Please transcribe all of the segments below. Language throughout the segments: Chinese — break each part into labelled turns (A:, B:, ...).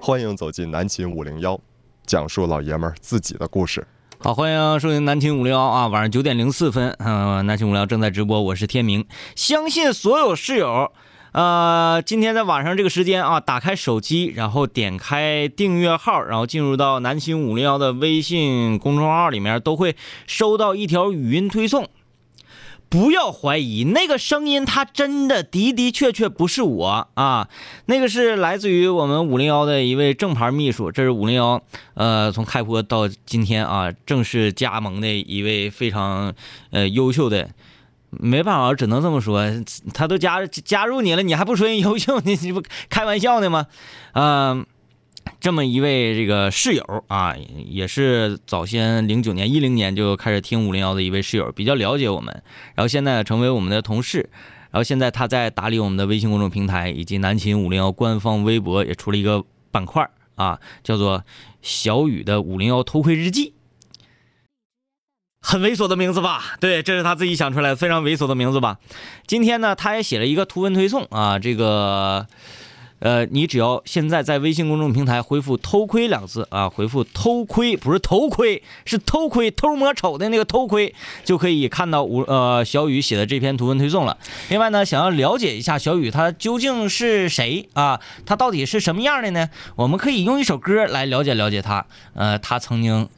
A: 欢迎走进南秦五零幺，讲述老爷们儿自己的故事。
B: 好，欢迎收听南秦五零幺啊，晚上九点零四分，嗯、南秦五零幺正在直播，我是天明。相信所有室友，呃，今天在晚上这个时间啊，打开手机，然后点开订阅号，然后进入到南秦五零幺的微信公众号里面，都会收到一条语音推送。不要怀疑那个声音，它真的的的确确不是我啊，那个是来自于我们五零幺的一位正牌秘书，这是五零幺呃从开播到今天啊正式加盟的一位非常呃优秀的，没办法，只能这么说，他都加加入你了，你还不说人优秀，你你不开玩笑呢吗？嗯、这么一位这个室友啊，也是早先零九年、一零年就开始听五零幺的一位室友，比较了解我们，然后现在成为我们的同事。然后现在他在打理我们的微信公众平台以及南秦五零幺官方微博，也出了一个板块儿啊，叫做“小雨的五零幺偷窥日记”。很猥琐的名字吧？对，这是他自己想出来的，非常猥琐的名字吧。今天呢，他也写了一个图文推送啊，这个呃，你只要现在在微信公众平台回复“偷窥”两个字啊，回复“偷窥”不是头盔，是偷窥，偷摸瞅的那个偷窥，就可以看到吴呃小雨写的这篇图文推送了。另外呢，想要了解一下小雨他究竟是谁啊，他到底是什么样的呢？我们可以用一首歌来了解了解他。呃，他曾经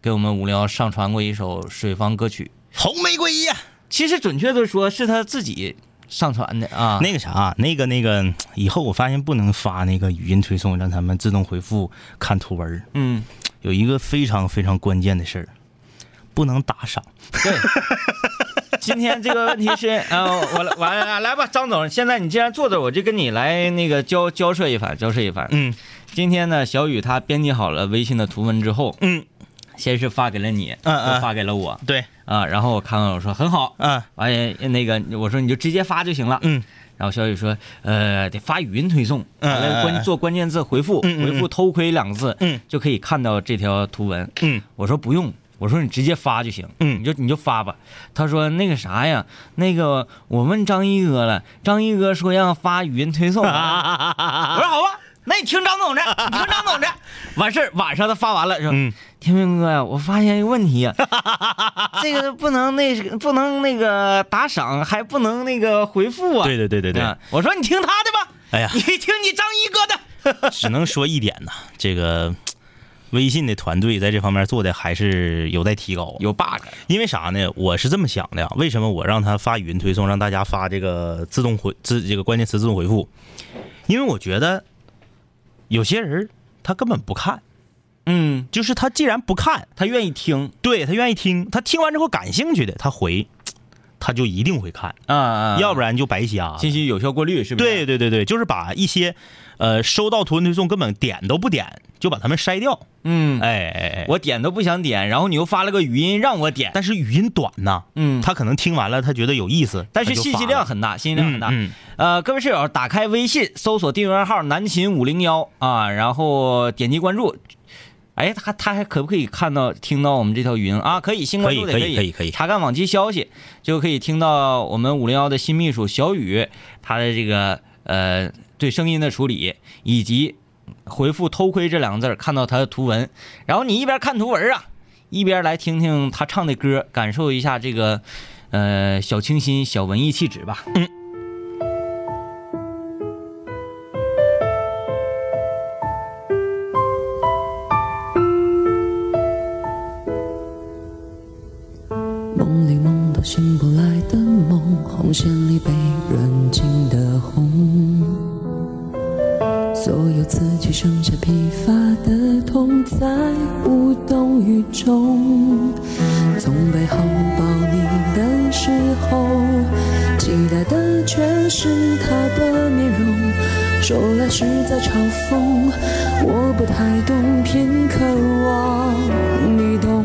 B: 给我们无聊上传过一首水方歌曲，
C: 红玫瑰啊呀、
B: 其实准确的说是他自己上传的啊。
C: 那个啥，那个那个，以后我发现不能发那个语音推送，让他们自动回复看图文儿。
B: 嗯，
C: 有一个非常非常关键的事儿，不能打赏。
B: 对。今天这个问题 是，啊，我来，我来来吧，张总，现在你既然坐这儿，我就跟你来那个交交涉一番，交涉一番。
C: 嗯
B: 今天呢，小雨他编辑好了微信的图文之后，
C: 嗯，
B: 先是发给了你，
C: 嗯嗯
B: 又发给了我
C: 对，
B: 啊，然后我看完我说很好，
C: 嗯
B: 完、了那个我说你就直接发就行了，
C: 嗯
B: 然后小雨说，呃，得发语音推送，
C: 嗯
B: 完了
C: 嗯
B: 关
C: 嗯
B: 做关键字回复，
C: 嗯嗯
B: 回复“偷窥”两个字，
C: 嗯
B: 就可以看到这条图文。
C: 嗯
B: 我说不用，我说你直接发就行，
C: 嗯
B: 你就你就发吧。他说那个啥呀，那个我问张一哥了，张一哥说让发语音推送，啊我 说好吧，那你听张 总的，你听张总的。完事儿晚上他发完了说，
C: 嗯
B: 天明哥呀，我发现一个问题 呀，这个不能那是不能那个打赏，还不能那个回复啊。
C: 对对对对对。
B: 啊我说你听他的吧，
C: 哎呀
B: 你，听你张一哥的。
C: 只能说一点呐，这个微信的团队在这方面做的还是有待提高。
B: 有 bug，
C: 因为啥呢？我是这么想的啊，为什么我让他发语音推送，让大家发这个自动回自这个关键词自动回复？因为我觉得有些人他根本不看，
B: 嗯，
C: 就是他既然不看，
B: 他愿意听
C: 对他愿意听，他听完之后感兴趣的，他回，他就一定会看，
B: 啊啊，
C: 要不然就白瞎。
B: 信息有效过滤是不是？
C: 对对对对，就是把一些呃收到图文推送根本点都不点，就把他们筛掉。
B: 嗯，
C: 哎哎哎，
B: 我点都不想点，然后你又发了个语音让我点，
C: 但是语音短呐，
B: 嗯
C: 他可能听完了，他觉得有意思，
B: 但是
C: 他就
B: 信
C: 发
B: 息
C: 了
B: 量很大，信息量很大。
C: 嗯嗯
B: 呃，各位室友，打开微信，搜索订阅号“南秦五零幺”啊，然后点击关注。哎，他他还可不可以看到听到我们这条语音啊？可以，新关注的
C: 可以
B: 以
C: 可以可以
B: 查看往期消息就可以听到我们五零幺的新秘书小雨他的这个呃对声音的处理，以及回复“偷窥”这两个字儿看到他的图文。然后你一边看图文啊，一边来听听他唱的歌，感受一下这个呃小清新、小文艺气质吧。
D: 梦里梦到醒不来的梦，红线里被软禁的红，所有自己剩下疲乏的痛，在无动于衷。从背后抱你的时候，期待的全是他的面容，说来是在嘲讽，我不太懂，偏渴望你懂。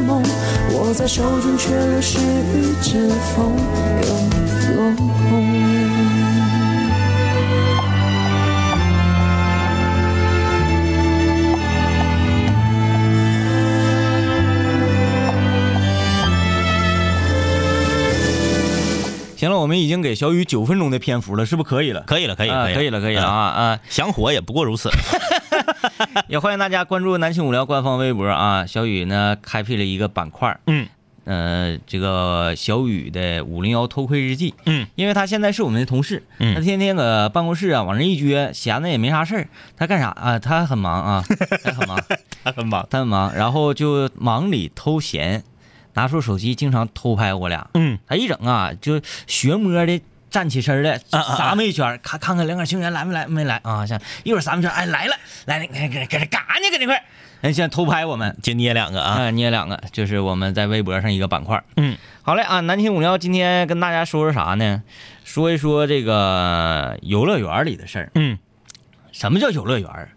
D: 梦，握在手中却流失于阵风，又落空。
B: 行了，我们已经给小雨九分钟的篇幅了，是不是可以了？
C: 可以了，可以
B: 啊
C: 了，
B: 可以了，可以了！
C: 嗯
B: 啊 啊！
C: 想火也不过如此。
B: 也欢迎大家关注南青五聊官方微博啊。小雨呢开辟了一个板块，
C: 嗯，
B: 呃，这个小雨的五零幺偷窥日记，
C: 嗯，
B: 因为他现在是我们的同事，
C: 嗯
B: 他天天搁办公室啊往那一撅，闲的也没啥事儿，他干啥啊？他很忙 啊，他很忙，
C: 他很忙。
B: 他很忙，然后就忙里偷闲，拿出手机经常偷拍我俩，
C: 嗯，
B: 他一整啊就学摸的。站起身来，
C: 啊啊
B: 撒么一圈儿，看看看两杆清源来没来没来啊？像一会儿撒么一圈儿，哎来了来了，搁搁搁这干啥呢？搁这块儿，哎，现在偷拍我们，
C: 就捏两个啊，
B: 啊，捏两个，就是我们在微博上一个板块。
C: 嗯，
B: 好嘞啊，南青五聊今天跟大家说说啥呢？说一说这个游乐园里的事儿。
C: 嗯，
B: 什么叫游乐园儿？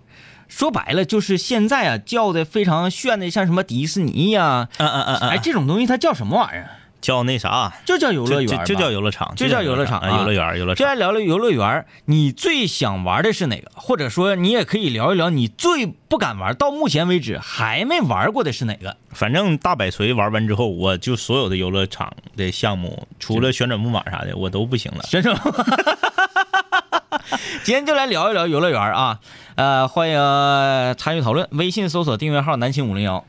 B: 说白了就是现在啊叫的非常炫的，像什么迪士尼呀、
C: 嗯嗯嗯嗯，
B: 哎，这种东西它叫什么玩意儿？啊
C: 叫那啥，
B: 就叫游
C: 游
B: 乐园吧
C: 就叫游乐场，
B: 就叫游乐场
C: 啊
B: 啊
C: 游乐园，游乐
B: 就
C: 场。
B: 来聊聊游乐园儿，你最想玩的是哪个？或者说，你也可以聊一聊你最不敢玩，到目前为止还没玩过的是哪个？
C: 反正大摆锤玩完之后，我就所有的游乐场的项目，除了旋转木马啥的，我都不行了。
B: 选手。今天就来聊一聊游乐园啊，呃，欢迎呃参与讨论，微信搜索订阅号“南青五零幺”。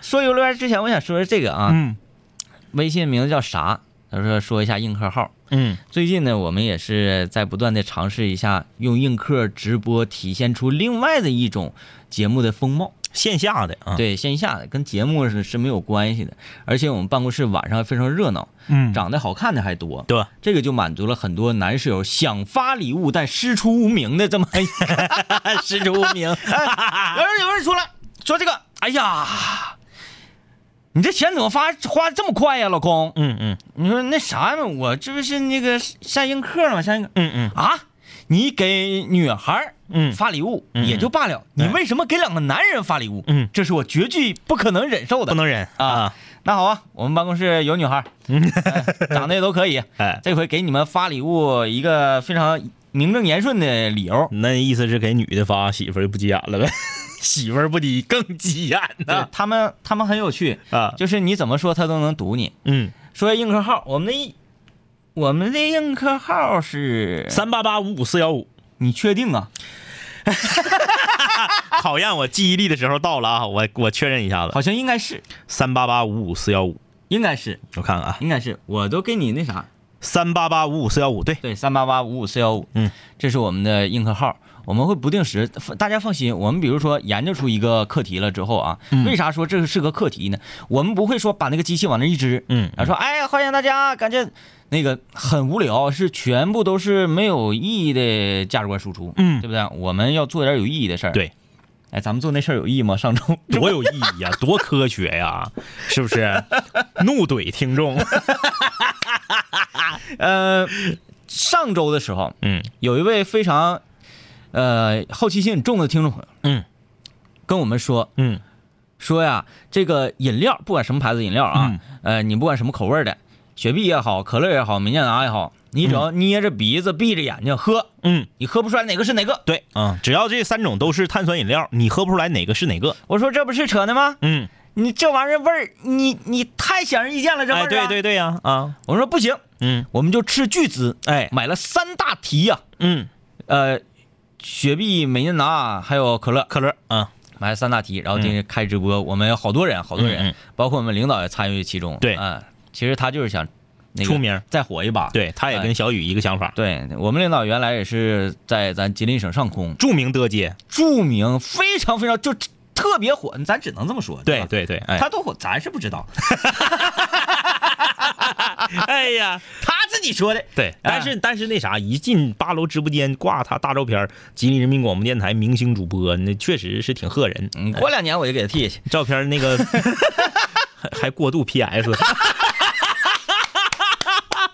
B: 说游乐园之前，我想说说这个啊，
C: 嗯
B: 微信名字叫啥？他说说一下映客号。
C: 嗯
B: 最近呢，我们也是在不断的尝试一下用映客直播，体现出另外的一种节目的风貌。
C: 线下的啊，
B: 对，线下的跟节目是是没有关系的，而且我们办公室晚上非常热闹，
C: 嗯
B: 长得好看的还多。
C: 对吧？
B: 这个就满足了很多男室友想发礼物但师出无名的这么 师出无 名。哎有人有人说了，说这个，哎呀，你这钱怎么发花这么快呀，老公？
C: 嗯嗯
B: 你说那啥嘛，我这不是那个下映课了吗？下映课
C: 嗯嗯
B: 啊，你给女孩儿
C: 嗯
B: 发礼物
C: 嗯
B: 也就罢了，你
C: 哎
B: 为什么给两个男人发礼物？
C: 嗯，
B: 这是我绝对不可能忍受的。
C: 不能忍
B: 啊
C: 啊！嗯
B: 那好啊，我们办公室有女孩儿，哎长得也都可以。
C: 哎，
B: 这回给你们发礼物一个非常名正言顺的理由。
C: 那意思是给女的发，媳妇儿就不急眼了呗？ 媳妇儿不急更急眼
B: 对
C: 呢
B: 他们，他们很有趣，
C: 啊！
B: 就是你怎么说他都能读你。
C: 嗯，
B: 说映客号，我们的我们的映客号是，
C: 三八八五五四幺 五，
B: 你确定啊？
C: 考验我记忆力的时候到了啊！我我确认一下子，
B: 好像应该是，
C: 三八八五五四幺五，
B: 应该是，
C: 我看看啊，
B: 应该是，我都给你那啥，
C: 三八八五五四幺五，对，
B: 对，三八八五五四幺五，
C: 嗯，
B: 这是我们的映客号，我们会不定时，大家放心，我们比如说研究出一个课题了之后啊，
C: 嗯
B: 为啥说这是个课题呢？我们不会说把那个机器往那一支，
C: 嗯
B: 然后说哎，欢迎大家，感觉那个很无聊，是全部都是没有意义的价值观输出，
C: 嗯
B: 对不对？我们要做点有意义的事儿，
C: 对，
B: 哎，咱们做那事儿有意义吗？ 上周
C: 多有意 义呀、啊多科学呀、是不 是？怒怼听众，
B: 呃，上周的时候，
C: 嗯
B: 有一位非常呃好奇心很重的听众朋友，
C: 嗯，
B: 跟我们说
C: 嗯
B: 说呀，这个饮料不管什么牌子饮料啊，
C: 嗯
B: 呃，你不管什么口味的，雪碧也好，可乐也好，美健达也好，你只要捏着鼻子闭着眼睛喝，
C: 嗯，
B: 你喝不出来哪个是哪个。
C: 对啊、只要这三种都是碳酸饮料，你喝不出来哪个是哪个。
B: 我说这不是扯呢吗？
C: 嗯，
B: 你这玩意儿味儿，你你太显而易见了，这味儿、
C: 哎，对对，对呀、啊，
B: 我说不行，
C: 嗯
B: 我们就斥巨资，
C: 哎
B: 买了三大提呀、
C: 嗯，
B: 呃，雪碧、美健达还有可乐，
C: 可乐啊，
B: 买了三大题，然后今天开直播，我们有好多人，好多人，
C: 嗯嗯
B: 包括我们领导也参与其中。
C: 对
B: 啊、其实他就是想、那个
C: 出名，
B: 再火一把。
C: 对，他也跟小雨一个想法，
B: 对，我们领导原来也是在咱吉林省上空
C: 著名的街，
B: 著名，非常非常就特别火，咱只能这么说。
C: 对
B: 吧，
C: 对对，哎，
B: 他多火，咱是不知道，
C: 哎呀，
B: 他自己说的。
C: 对，哎但是但是那啥，一进八楼直播间挂他大照片儿，吉林人民广播电台明星主播，那确实是挺吓人。
B: 嗯，过两年我就给他替去。
C: 照片儿那个 还还过度 PS，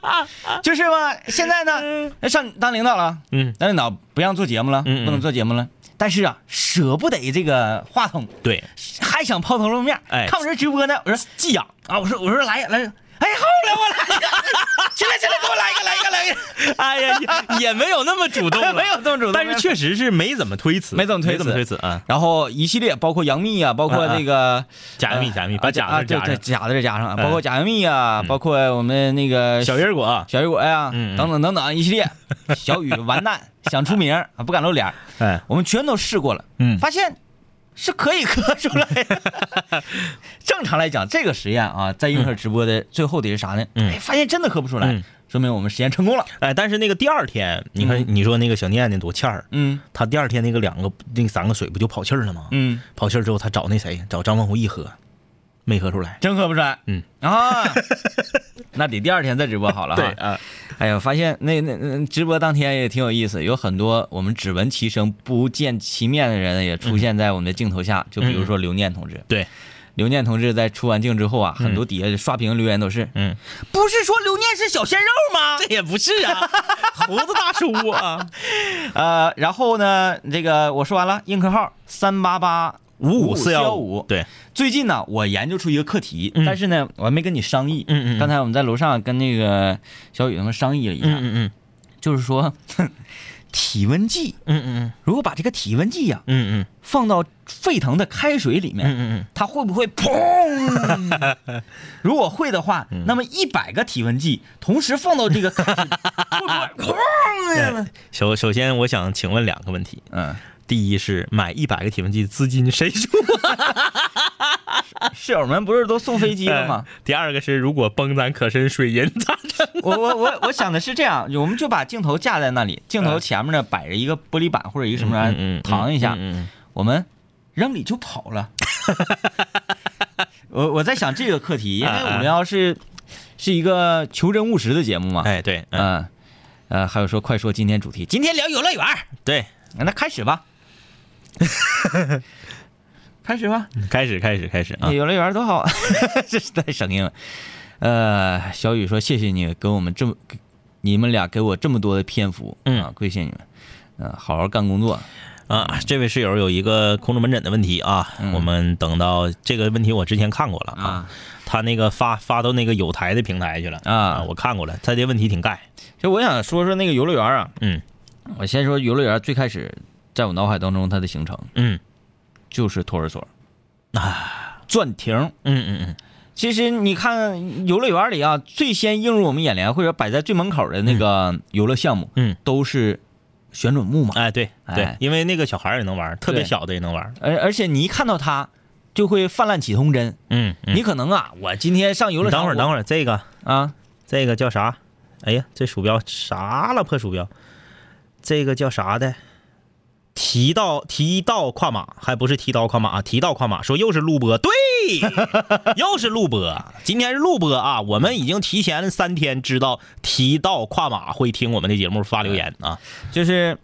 B: 啊就是嘛，现在呢，上当领导了，
C: 嗯，
B: 当领导不让做节目了，
C: 嗯嗯
B: 不能做节目了，但是啊，舍不得这个话筒，
C: 对，
B: 还还想泡糖肉面，
C: 哎
B: 看我这直播呢，我说
C: 寄养，
B: 啊，我说我说来来，哎，好了 我来，起来起来，给我来一个来一个来一个，
C: 哎呀，也也没有那么主动 了，
B: 没有这么主动
C: 但是确实是没怎么推辞，
B: 没怎么推辞
C: 没怎么推辞啊。
B: 然后一系列包括杨幂啊，包括那个
C: 假蜜假蜜
B: 啊
C: 把假字
B: 啊对对
C: 加上嗯
B: 假的加上啊，包括假杨幂啊，包括我们那个
C: 小人果，
B: 小雨果呀，
C: 嗯嗯
B: 等等等等一系列，小雨完蛋，想出名儿啊，不敢露脸儿，
C: 哎，
B: 我们全都试过了，
C: 嗯
B: 发现是可以 磕出来的。正常来讲，这个实验啊，在映客直播的最后得是啥呢？
C: 嗯
B: 哎，发现真的磕不出来，
C: 嗯
B: 说明我们实验成功了。
C: 哎，但是那个第二天，你看你说那个小念念多欠儿，
B: 嗯
C: 他第二天那个两个那三个水不就跑气儿了吗？
B: 嗯，
C: 跑气儿之后，他找那谁找张文宏一喝，没喝出来。
B: 真磕不出来。
C: 嗯
B: 啊，那得第二天再直播好了哈。
C: 啊，
B: 哎呀，发现那那那直播当天也挺有意思，有很多我们只闻其声不见其面的人也出现在我们的镜头下，就比如说刘念同志。
C: 对，
B: 刘念同志在出完镜之后啊，很多底下刷屏留言都是，
C: 嗯，
B: 不是说刘念是小鲜肉吗？
C: 这也不是啊，胡子大叔啊，
B: 呃，然后呢，这个我说完了，映客号三八八
C: 五
B: 五
C: 四
B: 幺
C: 幺
B: 五。嗯
C: 对，
B: 最近呢，我研究出一个课题，但是呢，我还没跟你商议。
C: 嗯嗯嗯
B: 刚才我们在楼上跟那个小雨他们商议了一下，
C: 嗯嗯
B: 就是说体温计，
C: 嗯嗯
B: 如果把这个体温计呀、
C: 嗯嗯
B: 放到沸腾的开水里面，
C: 嗯
B: 它会不会 砰？如果会的话，那么一百个体温计同时放到这 个开水里，会不会砰
C: 嗯。？首首先，我想请问两个问题。
B: 嗯，
C: 第一是买一百个体温计资金谁出
B: 室友们不是都送飞机了吗？
C: 第二个是如果崩咱可深水银咋整？
B: 我我我我想的是这样，我们就把镜头架在那里，镜头前面呢摆着一个玻璃板或者一个什么玩意儿，扛一下，
C: 嗯
B: 我们扔里就跑 了。我我在想这个课题，因为
C: 啊啊
B: 五零幺是是一个求真务实的节目嘛，
C: 哎对，嗯
B: 嗯，呃，还有说快说今天主题，今天聊游乐园儿，嗯
C: 对，
B: 那开始 吧，开始吧，哎
C: 开始开始开始啊
B: 那！游乐园儿多好， 这是太生硬了。呃，小雨说谢谢你给我们这么，给你们俩给我这么多的篇幅，
C: 嗯
B: 啊，跪谢你们，嗯、好好干工作，嗯
C: 啊，这位室友有一个空中门诊的问题啊，我们等到这个问题我之前看过了
B: 啊
C: 啊，他那个发发到那个有台的平台去了
B: 啊
C: 我看过了，他这问题挺盖，
B: 其实我想说说那个游乐园啊，
C: 嗯
B: 我先说游乐园最开始在我脑海当中它的形成
C: 嗯
B: 就是托儿所啊，转亭。
C: 嗯嗯嗯，
B: 其实你看游乐园里啊，最先映入我们眼帘或者摆在最门口的那个游乐项目，
C: 嗯，
B: 都是旋转木马，
C: 哎对对
B: 哎，
C: 因为那个小孩儿也能玩，特别
B: 对
C: 小的也能玩，
B: 而而且你一看到它就会泛滥起童真。
C: 嗯，嗯
B: 你可能啊，我今天上游乐
C: 你
B: 场，
C: 等会儿等
B: 会
C: 会儿，这个
B: 儿啊，
C: 这个叫啥？哎呀，这鼠标啥了破鼠标？这个叫啥的？提到提到跨马，还不是提刀跨马啊？提到跨马，说又是录播，对， 又是录播。今天是录播啊！我们已经提前三天知道提到跨马会听我们的节目发留言啊。
B: 就是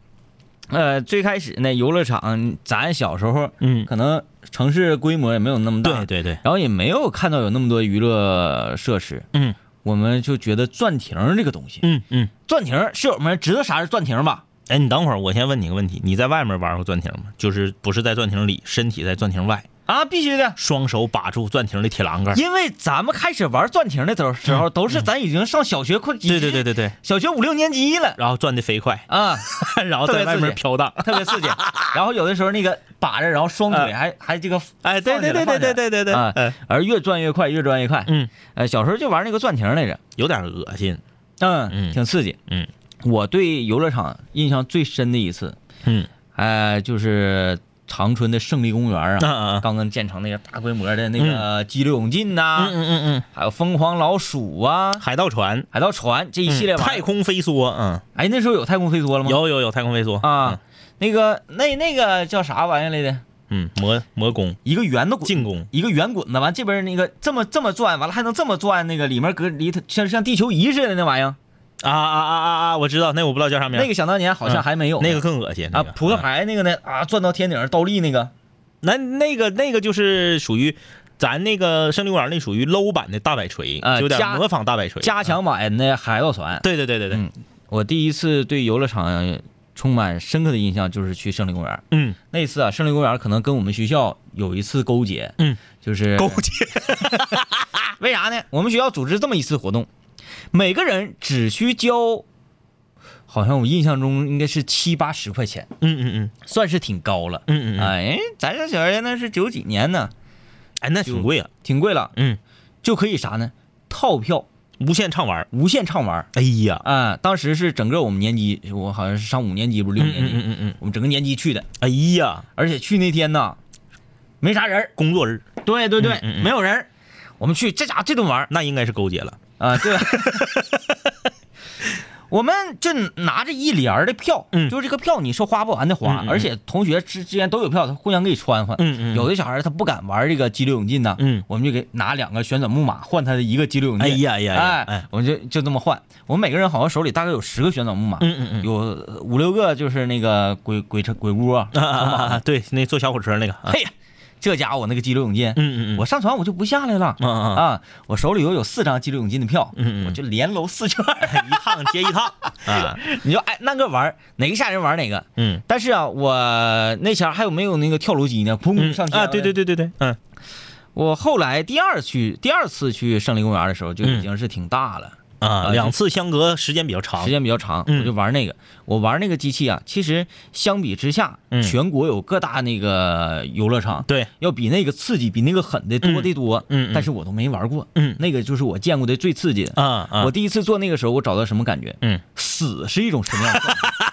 B: 呃，最开始呢，游乐场咱小时候
C: 嗯，
B: 可能城市规模也没有那么大，
C: 对对对，
B: 然后也没有看到有那么多娱乐设施，
C: 嗯
B: 我们就觉得转亭这个东西，
C: 嗯嗯。
B: 转亭室友们知道啥是转亭吧？
C: 哎，你等会儿，我先问你个问题：你在外面玩过钻亭吗？就是不是在钻亭里，身体在钻亭外，
B: 啊，必须的，
C: 双手把住钻亭的铁栏 杆。
B: 因为咱们开始玩转亭的时候，时候都是咱已经上小学快，
C: 嗯对对对，对对，
B: 小学五六年级了
C: 然后转的飞快。
B: 啊，
C: 然后
B: 特别
C: 在外
B: 刺
C: 面
B: 激
C: 飘荡。
B: 特别刺激。 然后有的时候那个把着，然后双腿还还这个
C: 哎，对
B: 放起来
C: 对对对对
B: 放起来
C: 对对对，
B: 啊
C: 哎，
B: 而越转越快，越转越快。
C: 嗯，
B: 呃，小时候就玩那个转亭来着，
C: 有点恶心。
B: 嗯，
C: 嗯
B: 挺刺激。
C: 嗯
B: 我对游乐场印象最深的一次，
C: 嗯
B: 哎，就是长春的胜利公园啊，
C: 啊啊，
B: 刚刚建成那个大规模的那个激流勇进呐、
C: 嗯嗯嗯
B: 还有疯狂老鼠啊、
C: 嗯，海盗船
B: 海盗船这一系列
C: 嗯
B: 玩意儿
C: 太。空飞梭，嗯，
B: 哎，那时候有太空飞梭了吗？
C: 有嗯有有太空飞梭
B: 啊，，那个那那个叫啥玩意儿来的？
C: 嗯，嗯魔魔宫
B: 一个圆的滚，
C: 进攻，
B: 一个圆滚子，完这边那个这么这么转，完了还能这么转，那个里面隔离它像像地球仪似的那玩意儿，
C: 啊啊啊啊啊！我知道那我不知道叫啥名，
B: 那个想当年好像
C: 嗯
B: 还没有呢、
C: 那个更恶心
B: 啊，扑克，牌那个呢啊，转到天顶上倒立那个。
C: 那那个那个就是属于。咱那个胜利公园那属于 low 版的大摆锤，
B: 呃
C: 就有点
B: 加
C: 模仿大摆锤，
B: 加强版的海盗船。
C: 嗯。对对对对对，
B: 嗯我第一次对游乐场充满深刻的印象，就是去胜利公园。
C: 嗯，
B: 那一次啊，胜利公园可能跟我们学校有一次勾结，
C: 嗯，
B: 就是
C: 勾结，
B: 为啥呢？我们学校组织这么一次活动，每个人只需交，好像我印象中应该是七八十块钱，
C: 嗯嗯嗯
B: 算是挺高了。
C: 嗯嗯嗯，
B: 哎，咱上小学那是九几年呢，
C: 哎，那挺贵啊，
B: 挺贵了，
C: 嗯，
B: 就可以啥呢？套票
C: 无限畅玩儿，
B: 无限畅玩儿
C: 哎呀，
B: 啊、当时是整个我们年级，我好像是上五年级不是六
C: 嗯
B: 年级，
C: 嗯嗯嗯嗯，
B: 我们整个年级去的，
C: 哎呀，
B: 而且去那天呢，没啥人儿
C: 工作日
B: 对对对，
C: 嗯嗯嗯
B: 没有人儿我们去这家伙这顿玩儿
C: 那应该是勾结了，
B: 啊，对 吧？我们就拿着一帘儿的票，
C: 嗯
B: 就是这个票你是花不完的花，
C: 嗯嗯嗯
B: 而且同学之之间都有票，他互相给你穿换。
C: 嗯嗯嗯
B: 有的小孩他不敢玩这个激流勇进呐，
C: 嗯
B: 我们就给拿两个旋转木马换他的一个激流勇进。
C: 哎呀哎呀
B: 哎，
C: 哎
B: 我们就就这么换。我们每个人好像手里大概有十个旋转木马，
C: 嗯嗯
B: 有呃五六个就是那个鬼鬼车鬼屋啊。
C: 嗯，啊啊啊，对，那坐小火车那个，啊
B: 嘿呀，这家伙那个激流勇进，
C: 嗯嗯嗯，
B: 我上床我就不下来了。
C: 啊啊啊，
B: 啊，我手里又有四张激流勇进的票，
C: 嗯嗯嗯
B: 我就连楼四圈儿，
C: 一趟接一趟啊，
B: 你就哎按个玩儿，哪个吓人玩儿哪个。
C: 嗯
B: 但是啊，我那前儿还有没有那个跳楼机呢？砰砰
C: 嗯
B: 上天、
C: 啊，对对。对对对，嗯
B: 我后来第二去第二次去胜利公园的时候，就已
C: 嗯
B: 经是挺大了，
C: 啊，
B: 啊
C: 两次相隔时间比较长
B: 时，间比较长，
C: 嗯
B: 我就玩那个。我玩那个机器啊，其实相比之下，
C: 嗯
B: 全国有各大那个游乐场，
C: 对，
B: 要比那个刺激，比那个狠的多得多。
C: 嗯嗯嗯
B: 但是我都没玩过，
C: 嗯
B: 那个就是我见过的最刺激的。
C: 啊啊，
B: 我第一次做那个时候，我找到什么感觉？
C: 嗯，
B: 死是一种什么样的状态？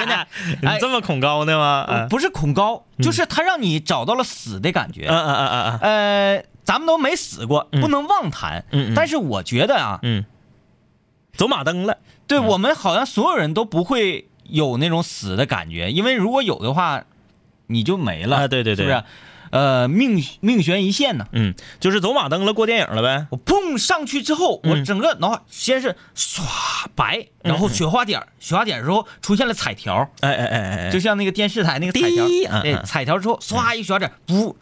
B: 真的，哎
C: 你这么恐高呢吗？ 啊
B: 不是恐高，就是它让你找到了死的感觉。
C: 啊啊啊啊啊，
B: 呃，咱们都没死过，不能妄谈。
C: 嗯嗯
B: 但是我觉得啊，
C: 嗯，走马灯了，
B: 对我们好像所有人都不会有那种死的感觉，因为如果有的话，你就没了。
C: 啊对对对
B: 是不是？呃，命命悬一线呢。
C: 嗯，就是走马灯了，过电影了呗，
B: 我砰上去之后，
C: 嗯
B: 我整个脑海先是唰白，然后雪花点儿，雪花点儿之后出现了彩条，
C: 哎哎哎嗯哎哎，
B: 就像那个电视台那个彩条
C: 滴，嗯
B: 对，
C: 嗯
B: 彩条之后唰一小点，不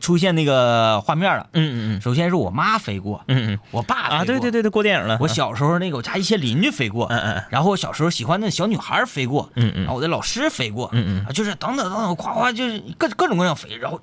B: 出现那个画面了。
C: 嗯嗯
B: 首先是我妈飞过，
C: 嗯嗯嗯
B: 我爸飞过
C: 啊，对对，对对，过电影了，
B: 我小时候那个我家一些邻居飞过
C: 嗯，嗯
B: 然后我小时候喜欢的小女孩飞过，
C: 嗯
B: 然
C: 嗯
B: 后我的老师飞过，
C: 嗯嗯
B: 啊，就是等等等等，夸夸就是各各种各样飞，然后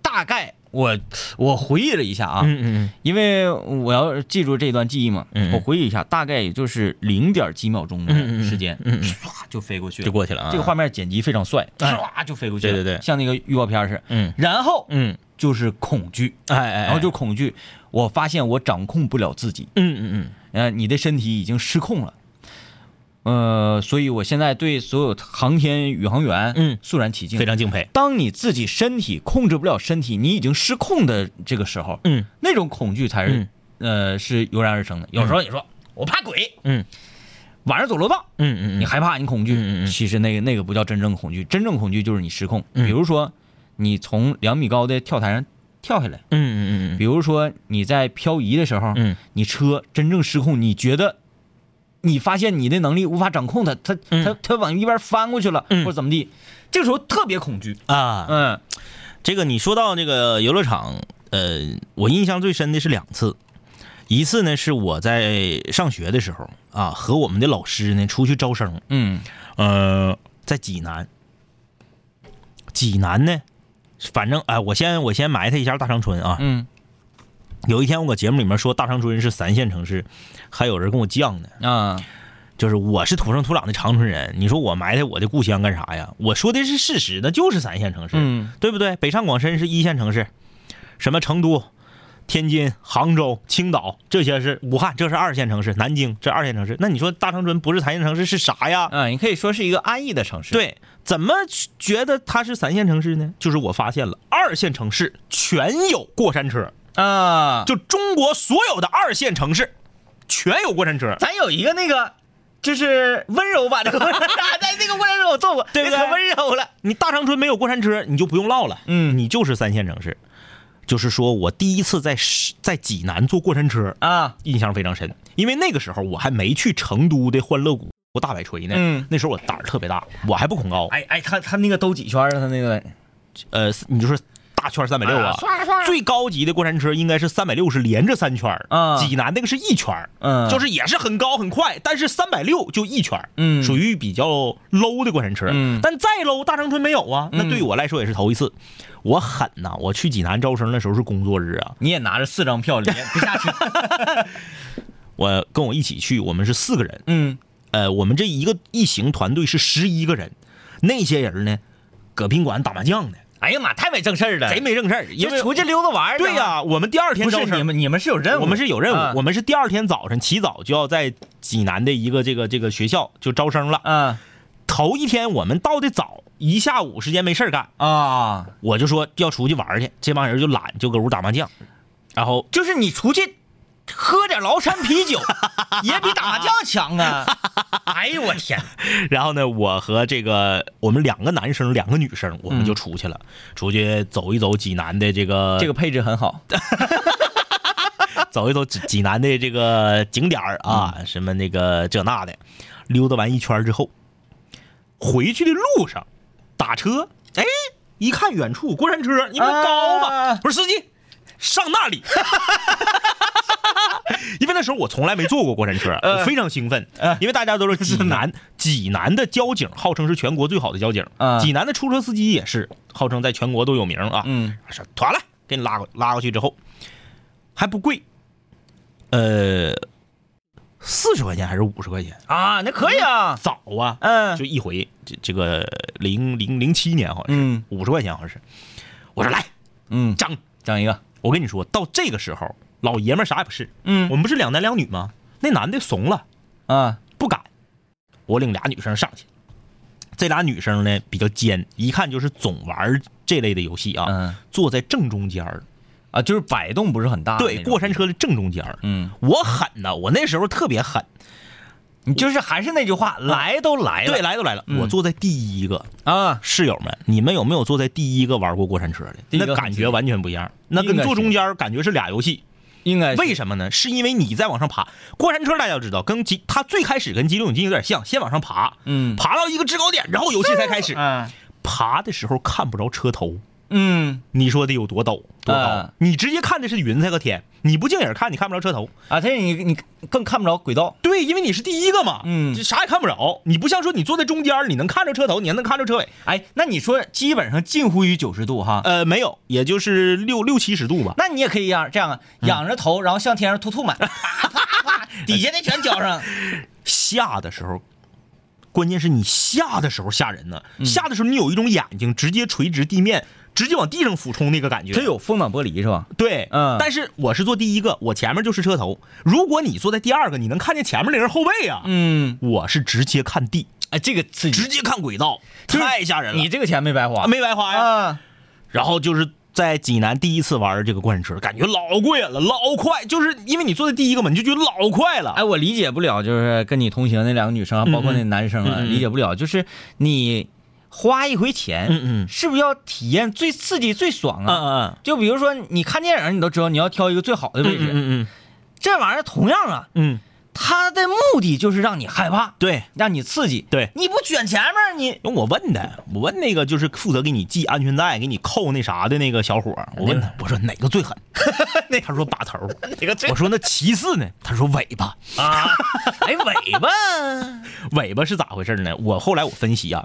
B: 大概我我回忆了一下啊，
C: 嗯嗯
B: 因为我要记住这段记忆嘛，
C: 嗯嗯
B: 我回忆一下，大概也就是零点几秒钟的
C: 嗯嗯嗯
B: 时间，
C: 嗯嗯
B: 唰就飞过去
C: 嗯，
B: 了
C: 就。过去了啊，
B: 这个画面剪辑非常帅，唰就飞过去了，
C: 对对对
B: 像那个预告片似的。
C: 嗯
B: 然后
C: 嗯，
B: 就是恐惧，
C: 哎哎哎，
B: 然后就恐惧，我发现我掌控不了自己，
C: 嗯嗯嗯，
B: 呃，你的身体已经失控了。呃，所以我现在对所有航天宇航员，
C: 嗯
B: 肃然起敬。
C: 非常敬佩，
B: 当你自己身体控制不了身体，你已经失控的这个时候，
C: 嗯
B: 那种恐惧才是、呃是油然而生的。有时候你说、我怕鬼，
C: 嗯
B: 晚上走楼道，
C: 嗯嗯
B: 你
C: 嗯
B: 害怕，你恐惧，
C: 嗯嗯嗯嗯
B: 其实那个那个不叫真正恐惧，真正恐惧就是你失控。比如说你从两米高的跳台上跳下来，
C: 嗯嗯
B: 比如说你在漂移的时候，
C: 嗯
B: 你车真正失控，你觉得。你发现你的能力无法掌控它，它
C: 嗯
B: 它它往一边翻过去了，
C: 嗯
B: 或者怎么地，这个时候特别恐惧。
C: 嗯啊，
B: 嗯
C: 这个你说到这个游乐场，呃，我印象最深的是两次，一次呢是我在上学的时候啊，和我们的老师呢出去招生，
B: 嗯
C: 呃，在济南，济南呢，反正哎、我先我先埋汰一下大长春啊，
B: 嗯
C: 有一天我搁节目里面说大长春是三线城市，还有人跟我犟呢，
B: 啊
C: 就是我是土生土长的长春人，你说我埋汰我的故乡干啥呀？我说的是事实，那就是三线城市，
B: 嗯
C: 对不对？北上广深是一线城市，什么成都、天津、杭州、青岛这些是武汉，这是二线城市，南京这二线城市。那你说大长春不是三线城市是啥呀？
B: 啊，你可以说是一个安逸的城市。，
C: 对，怎么觉得它是三线城市呢？就是我发现了，二线城市全有过山车，
B: 啊，
C: 就中国所有的二线城市全有过山车。
B: 咱有一个那个，就是温柔版的 过山车，在那个过山车我坐过，
C: 对不对
B: 那可温柔了。
C: 你大长春没有过山车，你就不用唠了，
B: 嗯
C: 你就是三线城市。就是说我第一次在是在济南坐过山车，
B: 啊，
C: 印象非常深，因为那个时候我还没去成都的欢乐谷大摆锤呢，
B: 嗯
C: 那时候我胆儿特别大，我还不恐高，
B: 哎哎，他他那个兜几圈啊？他那个
C: 呃，你就说大圈三百六啊，
B: 刷刷
C: 最高级的过山车应该是三百六是连着三圈儿
B: 啊
C: 济南那个是一圈儿
B: 嗯
C: 就是也是很高很快，但是三百六就一圈儿
B: 嗯
C: 属于比较 low 的过山车，
B: 嗯
C: 但再 low 大长春没有啊，那对我来说也是头一次，我狠呐、我去济南招生的时候是工作日啊，
B: 你也拿着四张票，连 不下去。
C: 我跟我一起去，我们是四个人，
B: 嗯，
C: 呃，我们这一个一行团队是十一个人，那些人呢，搁宾馆打麻将呢，
B: 哎呀妈，太没正事儿了，
C: 贼没正事儿，因为
B: 哎就出去溜达玩儿呢
C: 对呀、，我们第二天
B: 不
C: 招
B: 是
C: 生，
B: 你们，你们是有任务，
C: 我们是有任务，
B: 啊
C: 我们是第二天早晨起早就要在济南的一个这个这个学校就招生了。
B: 嗯
C: 头一天我们到的早，一下午时间没事儿干，
B: 啊，
C: 我就说要出去玩儿去，这帮人就懒，就搁屋打麻将。然后
B: 就是你出去喝点崂山啤 酒，也比打麻将强啊！ 哎呦我天，
C: 然后呢，我和这个我们两个男生，两个女生，我们就出去了，出去走一走济南的这
B: 嗯
C: 个
B: 这个配置很好。
C: 走一走济济南的这个景点儿啊，
B: 嗯
C: 什么那个这那的，溜达完一圈儿之后，回去的路上打车，哎，一看远处过山车，你不
B: 啊
C: 高吗？不是司机，上那 里。因为那时候我从来没坐过过山车，
B: 嗯
C: 我非常兴奋，因为大家都说济南，济南的交警号称是全国最好的交警，
B: 啊
C: 济南的出租车司机也是号称在全国都有名啊。
B: 嗯，
C: 说团了，给你拉过拉过去之后，还不贵，呃，四十块钱还是五十块钱？
B: 啊，那可以啊，
C: 早啊，
B: 嗯
C: 就一回，这这个零零零七年好像是
B: 嗯
C: 五十块钱，好像是。我说来
B: 嗯，
C: 张，
B: 整一个，
C: 我跟你说到这个时候，老爷们儿啥也不是，我
B: 嗯
C: 们不是两男两女吗？那男的怂了，
B: 啊，
C: 不敢。我领俩女生上去，这俩女生呢比较尖，一看就是总玩这类的游戏啊，
B: 嗯
C: 坐在正中间儿，
B: 啊，就是摆动不是很大，
C: 对，过山，车的正中间儿。
B: 嗯，
C: 我狠呐，我那时候特别狠，
B: 你就是还是那句话，来都来了，
C: 对，来都来了，嗯我坐在第一个。
B: 啊，
C: 室友们，你们有没有坐在第一个玩过过山车的？
B: 第一个
C: 那感觉完全不一样，那
B: 应
C: 跟
B: 该是
C: 坐中间儿感觉是俩游戏。
B: 应该是
C: 为什么呢？是因为你在往上爬，过山车大家知道，跟激它最开始跟激流勇进有点像，先往上爬，
B: 嗯
C: 爬到一个制高点，然后游戏才开始。
B: 嗯
C: 爬的时候看不着车头，
B: 嗯
C: 你说得有多陡多高
B: 啊？
C: 你直接看的是云彩和天，你不近眼看你看不着车头。
B: 啊，这你你更看不着轨道，
C: 对，因为你是第一个嘛，
B: 嗯
C: 就啥也看不着。你不像说你坐在中间儿，你能看着车头，你还能看着车尾。
B: 哎，那你说基本上近乎于九十度哈，
C: 呃，没有，也就是六六七十度吧。
B: 那你也可以样这样啊，仰着头，然后向天上吐吐 满，底下的全浇上，
C: 下的时候，关键是你下的时候吓人呢。
B: 嗯
C: 下的时候你有一种眼睛直接垂直地面，直接往地上俯冲那个感觉。
B: 这有风挡玻璃是吧？
C: 对，
B: 嗯
C: 但是我是坐第一个，我前面就是车头。如果你坐在第二个，你能看见前面那人后背啊。
B: 嗯，
C: 我是直接看地，
B: 哎，这个刺
C: 直接看轨道，
B: 就是
C: 太吓人了。
B: 你这个钱没白花，
C: 啊没白花呀。
B: 啊，
C: 然后就是在济南第一次玩这个过山车，感觉老过瘾了，老快，就是因为你坐在第一个嘛，你就觉得老快了。
B: 哎，我理解不了，就是跟你同行那两个女生啊，包括那男生啊，
C: 嗯嗯
B: 理解不了，就是你花一回钱，
C: 嗯嗯
B: 是不是要体验最刺激、最爽啊？
C: 嗯
B: 就比如说你看电影，你都知道你要挑一个最好的位置，
C: 嗯
B: 这玩意儿同样啊，
C: 嗯，
B: 它的目的就是让你害怕，
C: 对。
B: 让你刺激，
C: 对
B: 你不卷前面儿，你
C: 因为我问他，我问那个就是负责给你系安全带、给你扣那啥的那个小伙儿，我问他，我说哪个最狠？他说把头儿。
B: 哪个最
C: 我说那其次呢？他说尾巴。
B: 啊？哎，尾巴，
C: 尾巴是咋回事呢？我后来我分析啊，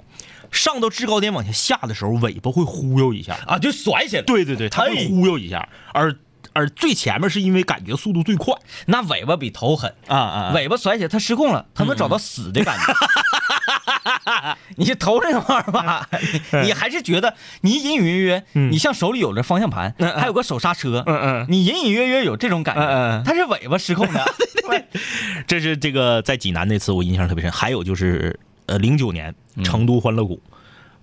C: 上到制高点往下下的时候，尾巴会忽悠一下。
B: 啊，就甩起来。
C: 对对对，它
B: 哎
C: 会忽悠一下，而而最前面是因为感觉速度最快
B: 那尾巴比头狠，
C: 啊啊嗯
B: 尾巴甩起来，它失控了，它能找到死的 感觉。你头这玩意儿吧，
C: 嗯
B: 你你还是觉得你隐隐约约，你像手里有着方向盘，还有个手刹车，
C: 嗯
B: 你隐隐约约有这种感
C: 嗯
B: 觉
C: 嗯，
B: 它是尾巴失控 的。
C: 这是这个在济南那次我印象特别深，还有就是呃零九年
B: 嗯
C: 成都欢乐谷、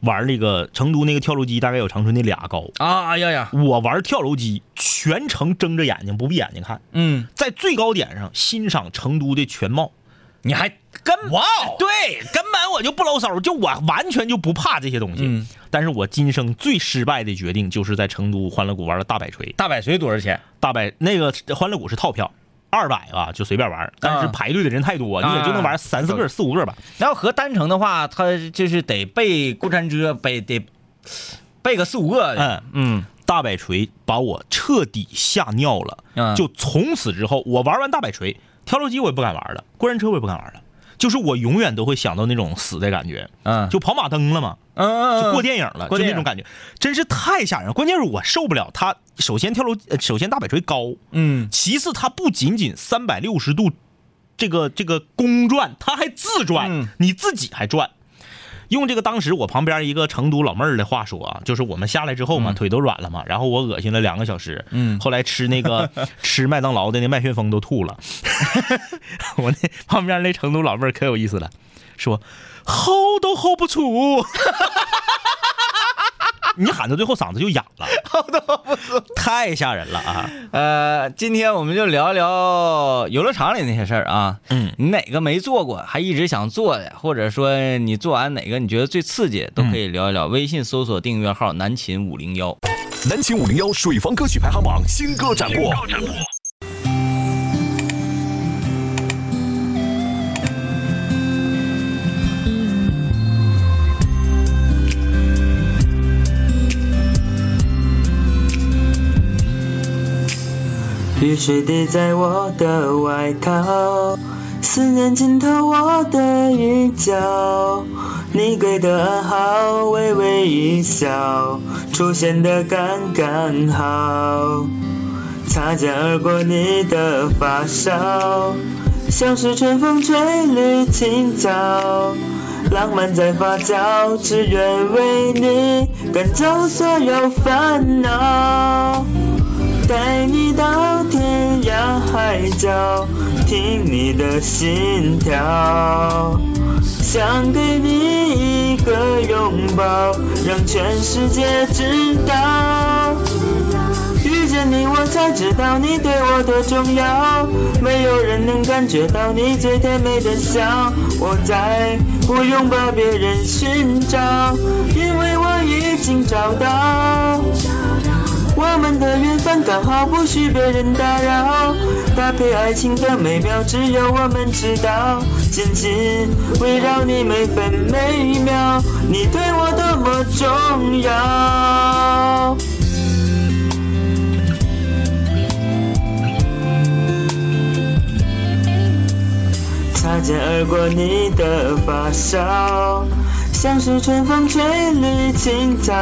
C: 玩那个成都那个跳楼机，大概有长春那俩高。
B: 啊哎呀呀，
C: 我玩跳楼机，全程睁着眼睛，不闭眼睛看，
B: 嗯，
C: 在最高点上欣赏成都的全貌。
B: 你还跟哇哦，
C: 对，根本我就不搂手，就我完全就不怕这些东西。
B: 嗯
C: 但是我今生最失败的决定就是在成都欢乐谷玩了大摆锤，
B: 大摆锤多少钱？
C: 大摆那个欢乐谷是套票，二百吧就随便玩，但是排队的人太多，
B: 嗯啊
C: 你也就能玩三四个、四五个吧。
B: 然后和单程的话，它就是得备过山车，备得备个四五个。
C: 嗯，
B: 嗯
C: 大摆锤把我彻底吓尿了。
B: 嗯
C: 就从此之后，我玩完大摆锤，跳楼机我也不敢玩了，过山车我也不敢玩了。就是我永远都会想到那种死的感觉，
B: 嗯
C: 就跑马灯了嘛，
B: 嗯嗯
C: 就
B: 嗯
C: 过电影了，
B: 过
C: 就
B: 电
C: 那
B: 影
C: 种感觉，真是太吓人了。关键是我受不了它，首先跳楼，呃首先大摆锤高，
B: 嗯
C: 其次，它不仅仅三百六十度这个这个公转，它还自转，
B: 嗯
C: 你自己还转。用这个当时我旁边一个成都老妹儿的话说啊，就是我们下来之后嘛，腿都软了嘛，然后我恶心了两个小时，
B: 嗯
C: 后来吃 那个吃麦当劳的那麦旋风都吐了。 我那旁边那成都老妹儿可有意思了，说 hold 都 hold 不出。你喊到最后嗓子就哑了，太吓人了啊！
B: 呃，今天我们就聊一聊游乐场里那些事儿啊。
C: 嗯，
B: 你哪个没做过，还一直想做的，或者说你做完哪个你觉得最刺激，
C: 嗯
B: 都可以聊一聊。微信搜索订阅号“南秦五零幺
E: 南秦五零幺水房歌曲排行榜新歌展播。
F: 雨水滴在我的外套，思念浸透我的衣角。你给的暗号，微微一笑，出现的刚刚好。擦肩而过你的发梢，像是春风吹绿青草，浪漫在发酵，只愿为你赶走所有烦恼。带你到天涯海角，听你的心跳，想给你一个拥抱，让全世界知道。遇见你，我才知道你对我多重要。没有人能感觉到你最甜美的笑。我再不用把别人寻找，因为我已经找到。我们的缘分刚好，不许别人打扰。搭配爱情的美妙，只有我们知道。紧紧围绕你每分每秒，你对我多么重要。擦肩而过你的发梢，像是春风吹绿青草，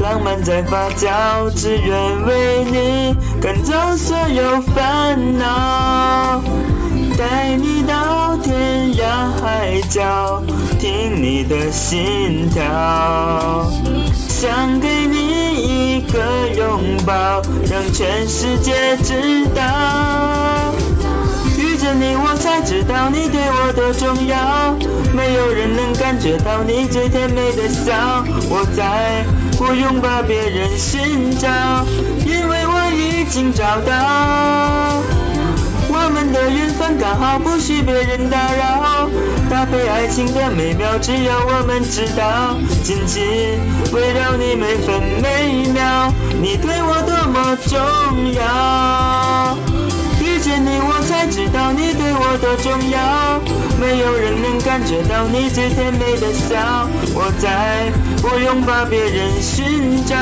F: 浪漫在发酵，只愿为你赶走所有烦恼，带你到天涯海角，听你的心跳。想给你一个拥抱，让全世界知道。遇见你，我才知道你对我多重要。没有人能感觉到你最甜美的笑，我再不用把别人寻找，因为我已经找到。我们的缘分刚好，不许别人打扰。搭配爱情的美妙，只有我们知道。紧紧围绕你每分每秒，你对我多么重要。遇见你，我才知道你对我多重要。没有人能感觉到你最甜美的笑，我再不用把别人寻找，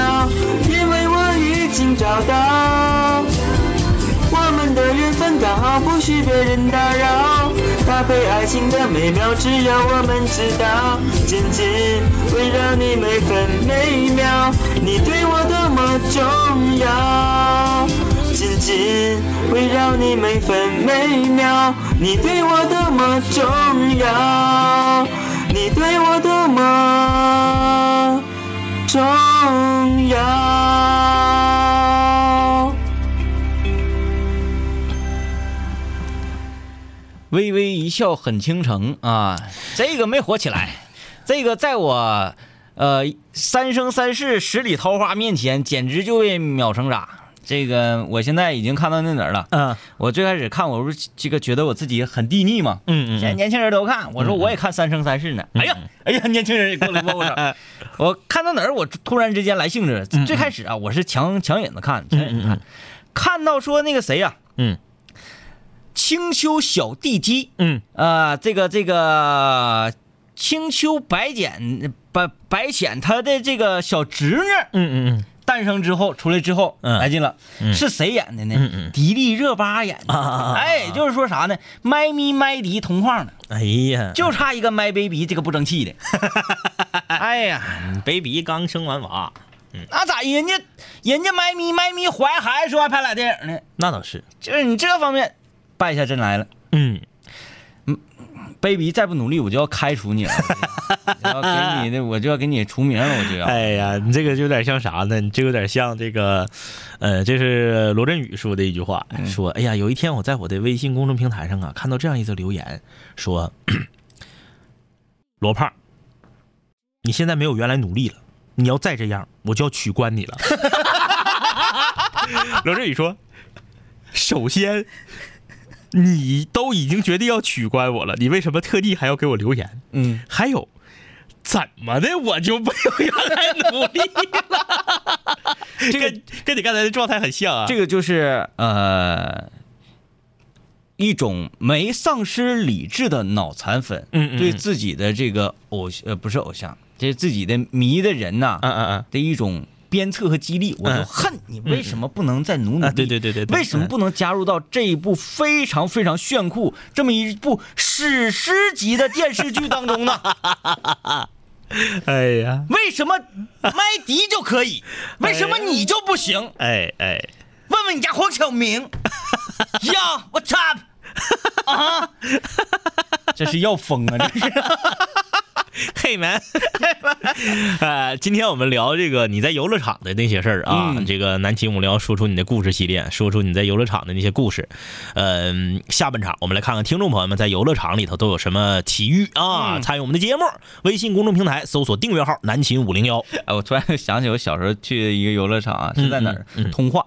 F: 因为我已经找到。我们的缘分刚好，不许别人打扰。搭配爱情的美妙，只有我们知道。紧紧围绕你每分每秒，你对我多么重要。紧紧围绕你每分每秒，你对我多么重要，你对我多么重要。”，
B: 微微一笑很倾城啊，这个没火起来，这个在我呃三生三世十里桃花面前，简直就被秒成渣。这个我现在已经看到那哪儿了。
C: 嗯
B: 我最开始看，我不是这个觉得我自己很地腻嘛，
C: 嗯
B: 现在
C: 嗯
B: 年轻人都看，我说我也看《三生三世》呢。哎呀，哎呀，年轻人也过来帮我 手。我看到哪儿，我突然之间来兴致了。
C: 嗯
B: 最开始啊，我是强强引子看，强引子看，看到说那个谁呀、
C: 嗯
B: 青丘小地鸡，
C: 嗯
B: 呃，这个这个青丘白简白白浅他的这个小侄女
C: 嗯嗯嗯，
B: 诞生之后出来之后
C: 嗯
B: 来劲了，是谁演的
C: 嗯
B: 呢
C: 嗯？啊
B: 迪丽热巴演的。哎，就是说啥呢？麦咪麦迪同框的，
C: 哎呀，
B: 就差一个麦 baby 这个不争 气的。哎呀，
C: baby 刚生完娃，
B: 那咋人家人家麦咪麦咪怀孩子说还拍俩电影呢？
C: 那倒是，
B: 就是你这方面败下阵来了。
C: 嗯，
B: baby 再不努力，我就要开除 你了，我就要给你的，我就要给你除名了，我就要。
C: 哎呀，你这个就有点像啥呢？你这有点像这个，呃，这是罗振宇说的一句话，说，哎呀，有一天我在我的微信公众平台上啊，看到这样一则留言，说，罗胖，你现在没有原来努力了，你要再这样，我就要取关你了。罗振宇说，首先。你都已经决定要取关我了，你为什么特地还要给我留言？
B: 嗯，
C: 还有，怎么的我就没有原来努力了？这个跟你刚才的状态很像啊。
B: 这个就是呃一种没丧失理智的脑残粉，
C: 嗯嗯嗯
B: 对自己的这个偶呃不是偶像，这是自己的迷的人呐、
C: 嗯嗯
B: 的一种。鞭策和激励，我就
C: 嗯
B: 恨你，为什么不能再努努力？
C: 啊对对对对对
B: 为什么不能加入到这一部非常非常炫酷、这么一部史诗级的电视剧当中呢？
C: 嗯，哎呀，
B: 为什么麦迪就可 以，为什么你就不行？
C: 哎哎，
B: 问问你家黄晓 明呀，What's up？啊， 这是要疯啊！这是
C: 嘿 们，呃，今天我们聊这个你在游乐场的那些事儿啊，
B: 嗯
C: 这个南秦五聊说出你的故事系列，说出你在游乐场的那些故事。嗯、下半场我们来看看听众朋友们在游乐场里头都有什么奇遇啊！
B: 嗯
C: 参与我们的节目，微信公众平台搜索订阅号“南秦五零幺”。
B: 哎，我突然想起我小时候去一个游乐场啊，是在哪儿？
C: 嗯嗯嗯
B: 通化，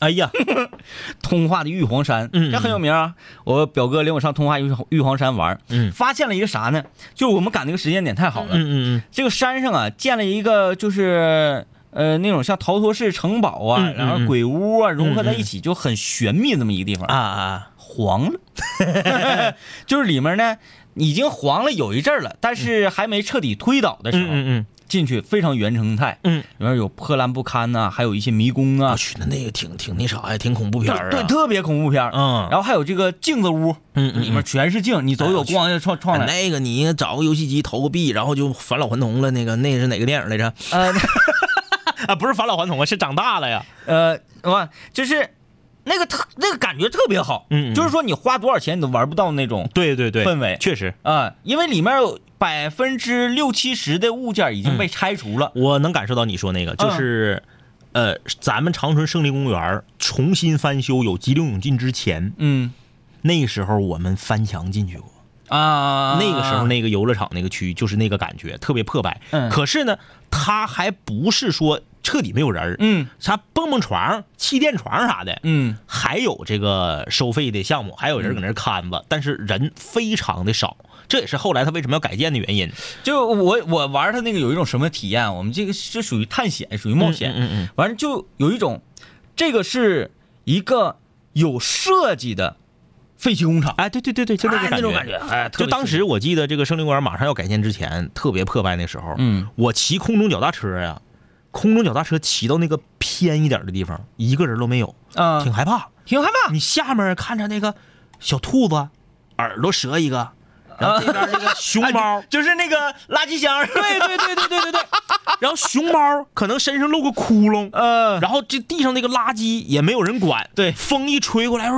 C: 哎呀，
B: 通化的玉皇山，
C: 嗯嗯
B: 这很有名啊。我表哥领我上通化玉皇玉皇山玩，
C: 嗯
B: 发现了一个啥呢？就是我们赶那个时间点太好了，
C: 嗯嗯
B: 这个山上啊，建了一个就是呃那种像逃脱式城堡啊，
C: 嗯嗯
B: 然后
C: 嗯
B: 鬼屋啊融合在一起，就很玄秘这么一个地方
C: 嗯啊。啊，
B: 黄了， 就是里面呢已经黄了有一阵儿了，但是还没彻底推倒的时候，
C: 嗯
B: 进去非常原生态，
C: 嗯
B: 里面有破烂不堪呐、还有一些迷宫啊
C: 我，去，那那个挺挺那啥呀，挺恐怖片
B: 对
C: 儿啊。
B: 对，特别恐怖片儿。
C: 嗯
B: 然后还有这个镜子屋，
C: 嗯嗯
B: 里面全是镜，你走走逛一下创创来，
C: 那个你找个游戏机投个币，然后就返老还童了。那个那是哪个电影来着？
B: 呃
C: 啊，不是返老还童啊，是长大了呀。
B: 呃，完就是那个特那个感觉特别好，
C: 嗯嗯
B: 就是说你花多少钱你都玩不到那种
C: 对对对，
B: 氛围
C: 确实，
B: 啊、因为里面有百分之六七十的物件已经被拆除了。
C: 我能感受到你说那个，就是，呃，咱们长春胜利公园重新翻修有激流勇进之前，
B: 嗯
C: 那时候我们翻墙进去过。
B: 啊，
C: 那个时候那个游乐场那个区域就是那个感觉，特别破败。
B: 嗯
C: 可是呢，它还不是说彻底没有人儿，
B: 嗯，
C: 啥蹦蹦床、气垫床啥的，
B: 嗯，
C: 还有这个收费的项目，还有人搁那儿看吧，但是人非常的少。这也是后来他为什么要改建的原因。
B: 就我我玩它那个有一种什么体验？我们这个是属于探险，属于冒险，
C: 嗯嗯嗯
B: 完了就有一种，这个是一个有设计的废弃工厂，
C: 哎，对对对对，就那个
B: 哎
C: 感觉。
B: 那种感觉，哎，特
C: 就
B: 别
C: 当时我记得这个胜利公园马上要改建之前，特别破败那时候，
B: 嗯，
C: 我骑空中脚踏车呀、空中脚踏车骑到那个偏一点的地方，一个人都没有，
B: 啊
C: 挺害怕。
B: 挺害怕，，
C: 你下面看着那个小兔子，耳朵折一个，然后这边那个熊猫
B: 就是那个垃圾箱，对对对对对对对，
C: 然后熊猫可能身上露个窟窿，
B: 呃，
C: 然后这地上那个垃圾也没有人管，
B: 对
C: 风一吹过来，呜，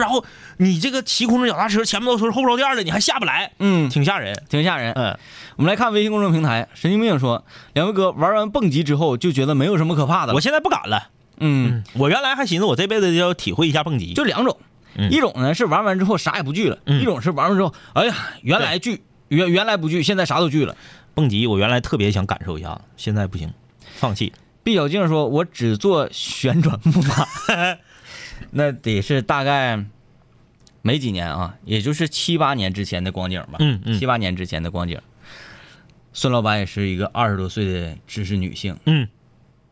C: 然后你这个骑空中脚踏车前面都是后不着店的，你还下不来，
B: 嗯
C: 挺吓人。
B: 挺吓人。
C: 嗯，
B: 我们来看微信公众平台，神经病说，两位哥玩完蹦极之后就觉得没有什么可怕的了
C: 我，现在不敢了，
B: 嗯。
C: 我原来还寻思我这辈子就要体会一下蹦极，
B: 就两种，
C: 嗯
B: 一种呢是玩完之后啥也不惧了，
C: 嗯
B: 一种是玩完之后，哎呀，原来惧，原原来不惧，现在啥都惧了。
C: 蹦极，我原来特别想感受一下，现在不行，放弃。
B: 毕小静说：“我只做旋转木马， 那得是大概没几年啊，也就是七八年之前的光景吧。
C: 嗯嗯
B: 七八年之前的光景。孙老板也是一个二十多岁的知识女性，
C: 嗯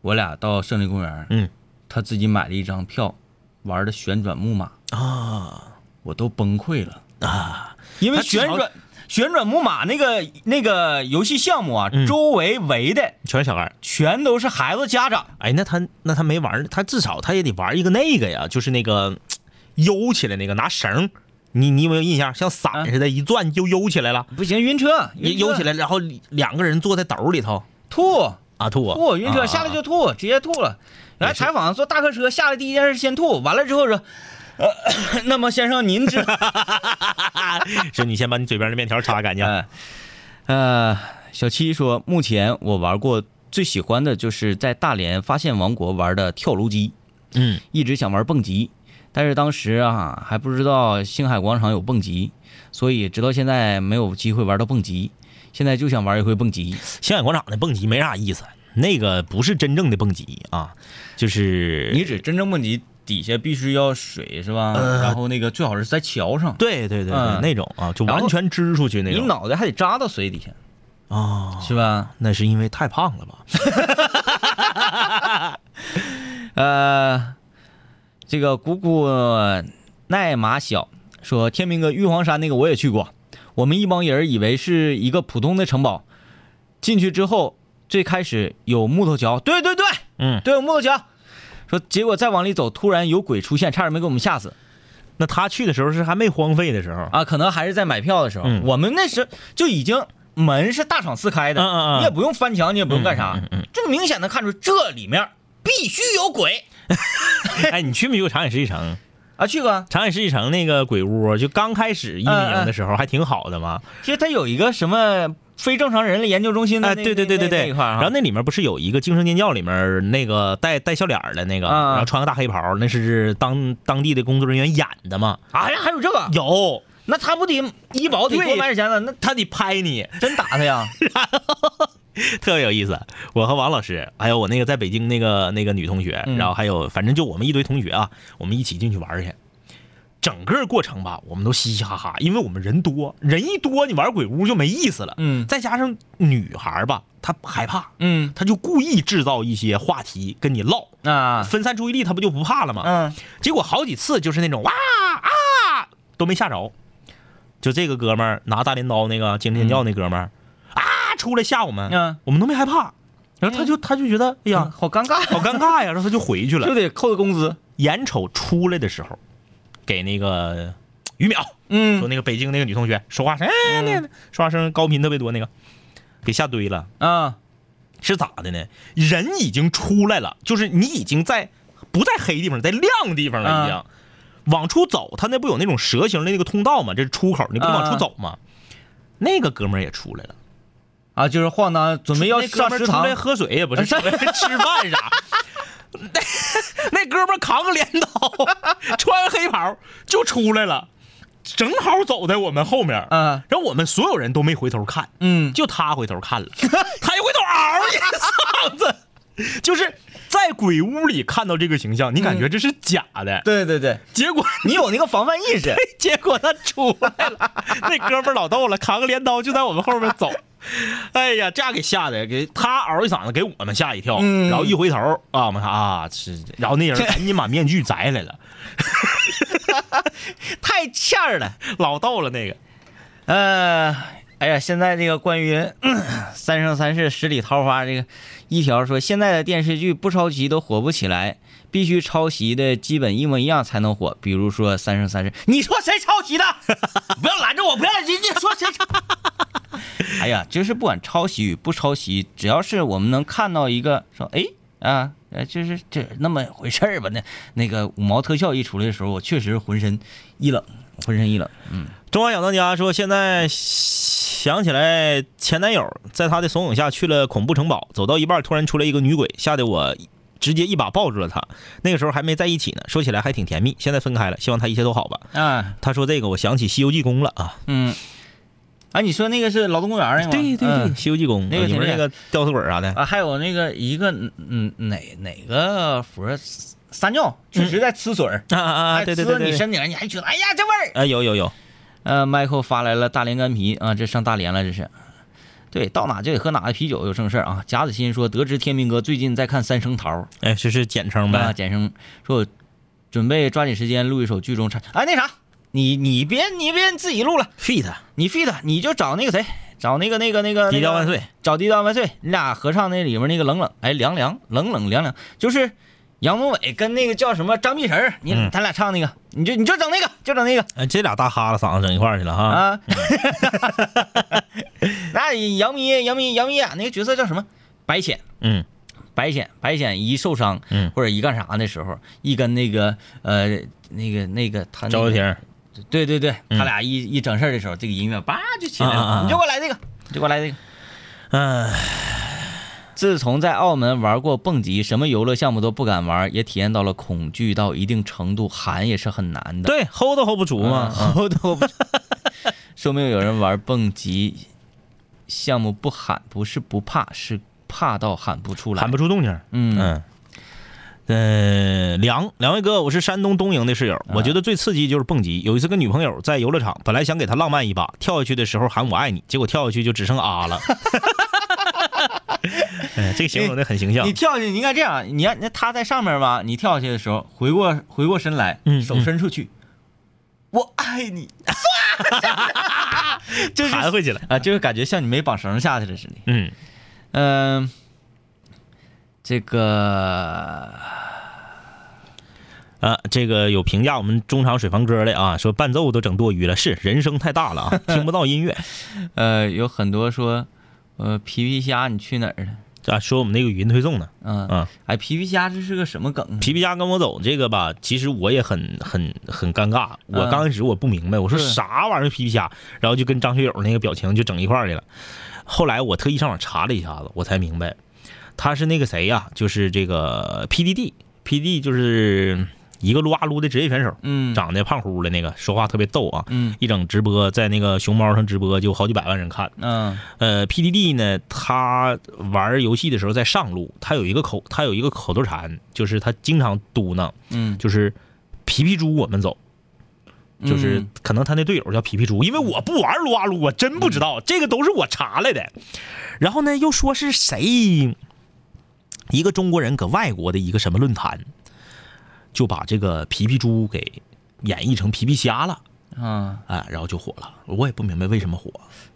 B: 我俩到胜利公园，
C: 嗯
B: 她自己买了一张票，玩的旋转木马，
C: 啊
B: 我都崩溃了，
C: 啊，
B: 因为
C: 她至少
B: 旋转，旋转木马那个那个游戏项目啊，
C: 嗯
B: 周围围的
C: 全是小孩儿。
B: 全都是孩子家长。
C: 哎，那他那他没玩儿，他至少他也得玩一个那个呀，就是那个悠起来那个拿绳儿，你你有没有印象？像
B: 啊
C: 伞似的，一转就悠起来了，
B: 不行，晕车，
C: 一
B: 晕
C: 悠
B: 车
C: 起来，然后两个人坐在斗里头
B: 吐
C: 啊吐
B: 吐晕车，
C: 啊
B: 下来就
C: 啊
B: 吐，直接吐了。来
C: 也是
B: 采访坐大客车下来第一件事先吐，完了之后说，呃， 那么先生您知道，
C: 是你先把你嘴边的面条擦干净。
B: 哎呃，小七说，目前我玩过最喜欢的就是在大连发现王国玩的跳楼机，
C: 嗯，
B: 一直想玩蹦极，但是当时啊还不知道星海广场有蹦极，所以直到现在没有机会玩到蹦极。现在就想玩一回蹦极，
C: 星海广场的蹦极没啥意思，那个不是真正的蹦极啊，就是
B: 你指真正蹦极底下必须要水是吧？
C: 呃
B: 然后那个最好是在桥上，
C: 对对对对、
B: 嗯
C: 那种啊，就
B: 然后
C: 完全支出去那
B: 你
C: 种
B: 脑袋还得扎到水底下，
C: 啊、
B: 是吧？
C: 那是因为太胖了吧？
B: 呃，这个姑姑奈马小说，天明哥玉皇山那个我也去过，我们一帮人以为是一个普通的城堡，进去之后最开始有木头桥，对对对，
C: 嗯，
B: 对有木头桥，说结果再往里走，突然有鬼出现，差点没给我们吓死
C: 那他去的时候是还没荒废的时候，
B: 啊！可能还是在买票的时候，
C: 嗯
B: 我们那时就已经。门是大敞四开的，
C: 嗯嗯嗯
B: 你也不用翻墙，你也不用干啥，
C: 嗯嗯嗯嗯
B: 这明显的看出这里面必须有鬼
C: 哎，你去没去过长野世纪城？
B: 啊！去过啊，
C: 长野世纪城那个鬼屋，就刚开始运营的时候还挺好的嘛。
B: 其实它有一个什么非正常人类研究中心的
C: 哎，
B: 那，
C: 对对对对
B: 那那
C: 对。
B: 一块儿啊
C: 然后那里面不是有一个《惊声尖叫》里面那个带带笑脸儿的那个，
B: 啊
C: 然后穿个大黑袍，那是当当地的工作人员演的嘛？
B: 啊呀，还有这个，
C: 有，
B: 那他不得医保得
C: 对
B: 多买点钱呢？那
C: 他得拍你，
B: 真打他呀？
C: 特别有意思。我和王老师，还有我那个在北京那个那个女同学，
B: 嗯
C: 然后还有反正就我们一堆同学啊，我们一起进去玩儿去。整个过程吧，我们都嘻嘻哈哈，因为我们人多，人一多你玩鬼屋就没意思了。
B: 嗯
C: 再加上女孩儿吧，她害怕，
B: 嗯
C: 她就故意制造一些话题跟你唠，
B: 啊
C: 分散注意力，她不就不怕了吗？
B: 嗯
C: 结果好几次就是那种哇啊都没吓着，就这个哥们儿拿大镰刀那个惊天教那哥们儿、啊出来吓我们，
B: 嗯
C: 我们都没害怕，然后他就、他就觉得哎
B: 呀，
C: 呀
B: 嗯好尴尬，
C: 好尴尬呀，然后他就回去
B: 就
C: 了。
B: 得扣他工资。
C: 眼瞅出来的时候，给那个于淼说
B: 嗯
C: 那个北京那个女同学说话声，哎那个说话声高频特别多那个，给吓堆了。
B: 啊
C: 是咋的呢？人已经出来了，就是你已经在不在黑地方，在亮地方了，已经、
B: 啊
C: 往出走。他那不有那种蛇形的那个通道吗？这是出口，你不能往出走吗？那个哥们儿也出来了，
B: 啊，就是晃荡，准备要
C: 那哥
B: 上
C: 们儿
B: 食
C: 出
B: 堂
C: 来喝水也 不是出来吃饭啥。 那那哥们儿扛个镰刀，穿黑袍就出来了，正好走在我们后面。
B: 啊，
C: 然后我们所有人都没回头看，
B: 嗯
C: 就他回头看了，他一回头，嗷一嗓子，就是在鬼屋里看到这个形象，你感觉这是假的，
B: 对对对，
C: 结果
B: 你有那个防范意识。
C: 结果他出来了，那哥们儿老逗了，扛个镰刀就在我们后面 走，哎呀，这样给吓的，给他嗷一嗓子，给我们吓一跳，
B: 嗯
C: 然后一回头啊，我们看啊是，然后那人赶紧把面具摘 来了，
B: 太欠儿了。
C: 老逗了那个，
B: 呃，哎呀，现在这个关于 嗯三生三世十里桃花这个一条说，现在的电视剧不抄袭都火不起来，必须抄袭的基本一模一样才能火。比如说《三生三世》，你说谁抄袭的？不要拦着我，不要拦着你说谁抄。 哎呀，就是不管抄袭与不抄袭，只要是我们能看到一个说，哎啊，呃，就是这那么回事儿吧。那那个五毛特效一出来的时候，我确实浑身一冷，浑身一冷。
C: 中华小当家说，现在想起来前男友在他的怂恿下去了恐怖城堡，走到一半突然出来一个女鬼，吓得我直接一把抱住了他。那个时候还没在一起呢，说起来还挺甜蜜。现在分开了，希望他一切都好吧。
B: 啊，
C: 他说这个，我想起《西游记》宫了啊。
B: 嗯，啊，你说那个是劳动公园那个吗？嗯
C: 西游记》宫
B: 那个
C: 里
B: 挺
C: 面
B: 厉
C: 那
B: 害
C: 个吊死鬼啥的，
B: 啊，还有那个一个嗯哪哪个佛撒尿，确实在呲水儿，
C: 啊啊啊！
B: 还
C: 对对对
B: 呲哎你
C: 对对，
B: 身顶，你还觉得哎呀这味儿。
C: 啊有有有，
B: 呃，Michael 发来了大连干啤啊，这上大连了这是。对，到哪就得喝哪的啤酒，有正事儿啊。贾子欣说，得知天明哥最近在看《三生桃》
C: 哎，这是简称
B: 啊，
C: 呗。
B: 简称说，我准备抓紧时间录一首剧中唱。哎，那啥，你你别你别自己录了，
C: ，feat
B: 你 feat 你就找那个谁，找那个那个那个
C: 低调万，
B: 那
C: 岁，
B: 个找低调万岁，你俩合唱那里面那个冷冷哎凉凉冷冷凉凉，就是杨宗纬跟那个叫什么张碧晨儿，你
C: 嗯
B: 他俩唱那个，你就你就整那个就整那个
C: 哎，这俩大哈喇嗓子整一块儿去了哈。
B: 啊， 那杨幂杨幂杨幂啊演那个角色叫什么？白浅。
C: 嗯
B: 白显白显一受伤，
C: 嗯
B: 或者一干啥的时候，一跟那个呃那个那个他、那个、
C: 赵又廷，
B: 对对对，
C: 嗯
B: 他俩一一整事儿的时候，这个音乐叭就起来了，
C: 啊啊啊啊
B: 你就给我来这个，你就给我来这个。
C: 嗯，
B: 自从在澳门玩过蹦极，什么游乐项目都不敢玩，也体验到了恐惧到一定程度，喊也是很难的。
C: 对，hold 啊都 hold 不住嘛。
B: 嗯， 我都不说明有人玩蹦极项目不喊，不是不怕，是怕到喊不出来。
C: 喊不出动静儿。
B: 嗯
C: 嗯，呃，梁梁伟哥，我是山东东营的室友，
B: 啊
C: 我觉得最刺激就是蹦极。有一次跟女朋友在游乐场，本来想给她浪漫一把，跳下去的时候喊我爱你，结果跳下去就只剩啊了。 哎，这个形容的很形象
B: 你。跳下去，你应该这样，你让那他在上面吧，你跳下去的时候回过回过身来，
C: 嗯
B: 手伸出去，我爱你，这是
C: 弹回去了。
B: 啊，就是感觉像你没绑绳下去了似的。
C: 嗯，
B: 嗯、这个
C: 啊，这个有评价我们中场水房歌的啊，说伴奏都整多余了，是人声太大了啊，听不到音 乐
B: 呃，有很多说，呃，皮皮虾你去哪儿了？
C: 啊。说我们那个语音推送呢，
B: 嗯、
C: 啊，
B: 哎，皮皮虾这是个什么梗啊？
C: 皮皮虾跟我走这个吧，其实我也很很很尴尬。我
B: 嗯
C: 刚开始我不明白，我说
B: 对
C: 啥玩意儿皮皮虾，然后就跟张学友那个表情就整一块儿去了。后来我特意上网查了一下子，我才明白，他是那个谁呀、就是这个 PDD，PD 就是一个撸啊撸的职业选手，
B: 嗯，
C: 长得胖乎乎的那个，说话特别逗啊。
B: 嗯
C: 一整直播在那个熊猫上直播，就好几百万人看。
B: 嗯
C: 呃，PDD 呢，他玩游戏的时候在上路，他有一个口，他有一个口头禅，就是他经常嘟囔。
B: 嗯，
C: 就是皮皮猪我们走，就是
B: 嗯
C: 可能他那队友叫皮皮猪，因为我不玩撸啊撸，我真不知道，这个都是我查来的。然后呢，又说是谁，一个中国人搁外国的一个什么论坛，就把这个皮皮猪给演绎成皮皮虾了，
B: 啊，
C: 哎，然后就火了。我也不明白为什么火，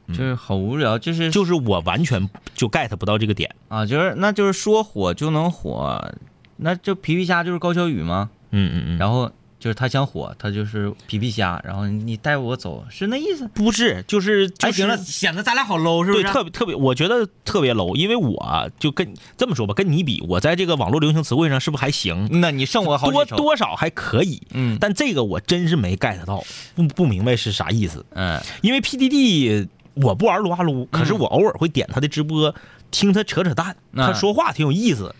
B: 就是好无聊，就是
C: 就是我完全就 get 不到这个点。
B: 啊，就是那就是说火就能火，那就皮皮虾就是高小雨吗？
C: 嗯嗯嗯。
B: 然后就是他想火，他就是皮皮虾，然后你带我走是那意思？
C: 不是，就是就
B: 哎，
C: 是
B: 行了，显得咱俩好 low 是不是？
C: 对，特别特别，我觉得特别 low，因为我啊就跟这么说吧，跟你比，我在这个网络流行词汇上是不是还行？
B: 那你胜我好
C: 多
B: 几筹。
C: 多少还可以，
B: 嗯
C: 但这个我真是没 get 到，不不明白是啥意思。
B: 嗯
C: 因为 PDD 我不玩撸啊撸，可是我偶尔会点他的直播，听他扯扯淡，
B: 啊
C: 他说话挺有意思。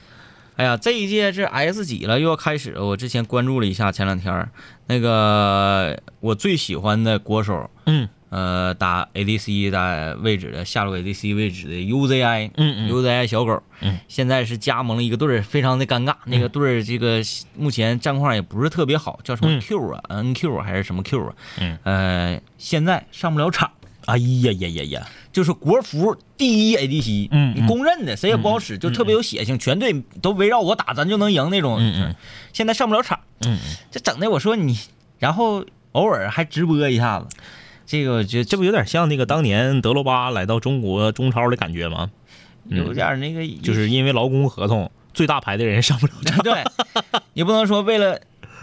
B: 哎呀，这一届是 S 几了，又要开始了。我之前关注了一下，前两天儿那个我最喜欢的国手，
C: 嗯
B: 呃，打 ADC 的位置的下路 ADC 位置的 UZI，
C: 嗯嗯
B: UZI 小狗，
C: 嗯，
B: 现在是加盟了一个队儿，非常的尴尬。那个队儿这个目前战况也不是特别好，叫什么
C: 嗯
B: Q 啊、n q 还是什么 Q 啊？
C: 嗯，
B: 呃，现在上不了场，
C: 哎呀呀呀呀！
B: 就是国服第一 ADC，
C: 嗯嗯嗯
B: 你公认的，谁也不好使，就特别有血性，全队都围绕我打，咱就能赢那种。
C: 嗯嗯，
B: 现在上不了场，
C: 嗯，
B: 这整的我说你，然后偶尔还直播一下子，这个我觉得
C: 这
B: 这
C: 不有点像那个当年德罗巴来到中国中超的感觉吗？嗯
B: 有点那个，
C: 就是因为劳工合同，最大牌的人上不了 场。
B: 对，你不能说为了。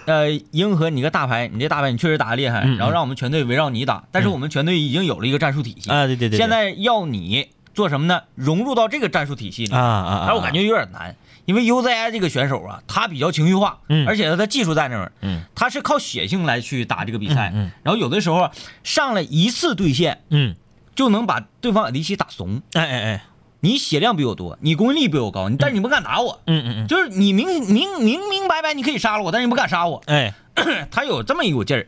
B: 呃，迎合你个大牌，你这大牌你确实打得厉害，
C: 嗯嗯嗯
B: 然后让我们全队围绕你打，但是我们全队已经有了一个战术体系，
C: 啊，对对对对，
B: 现在要你做什么呢？融入到这个战术体系里
C: 啊啊啊！
B: 而我感觉有点难，因为 UZI 这个选手啊，他比较情绪化，
C: 嗯
B: 而且他的技术在那儿，
C: 嗯，
B: 他是靠血性来去打这个比赛，
C: 嗯嗯
B: 然后有的时候啊上来一次对线
C: 嗯，
B: 就能把对方离奇打怂。
C: 哎哎哎，
B: 你血量比我多，你攻击力比我高，你但是你不敢打我，
C: 嗯嗯嗯，
B: 就是你明明明明白白你可以杀了我，但是你不敢杀我，
C: 哎，
B: 他有这么一股劲儿。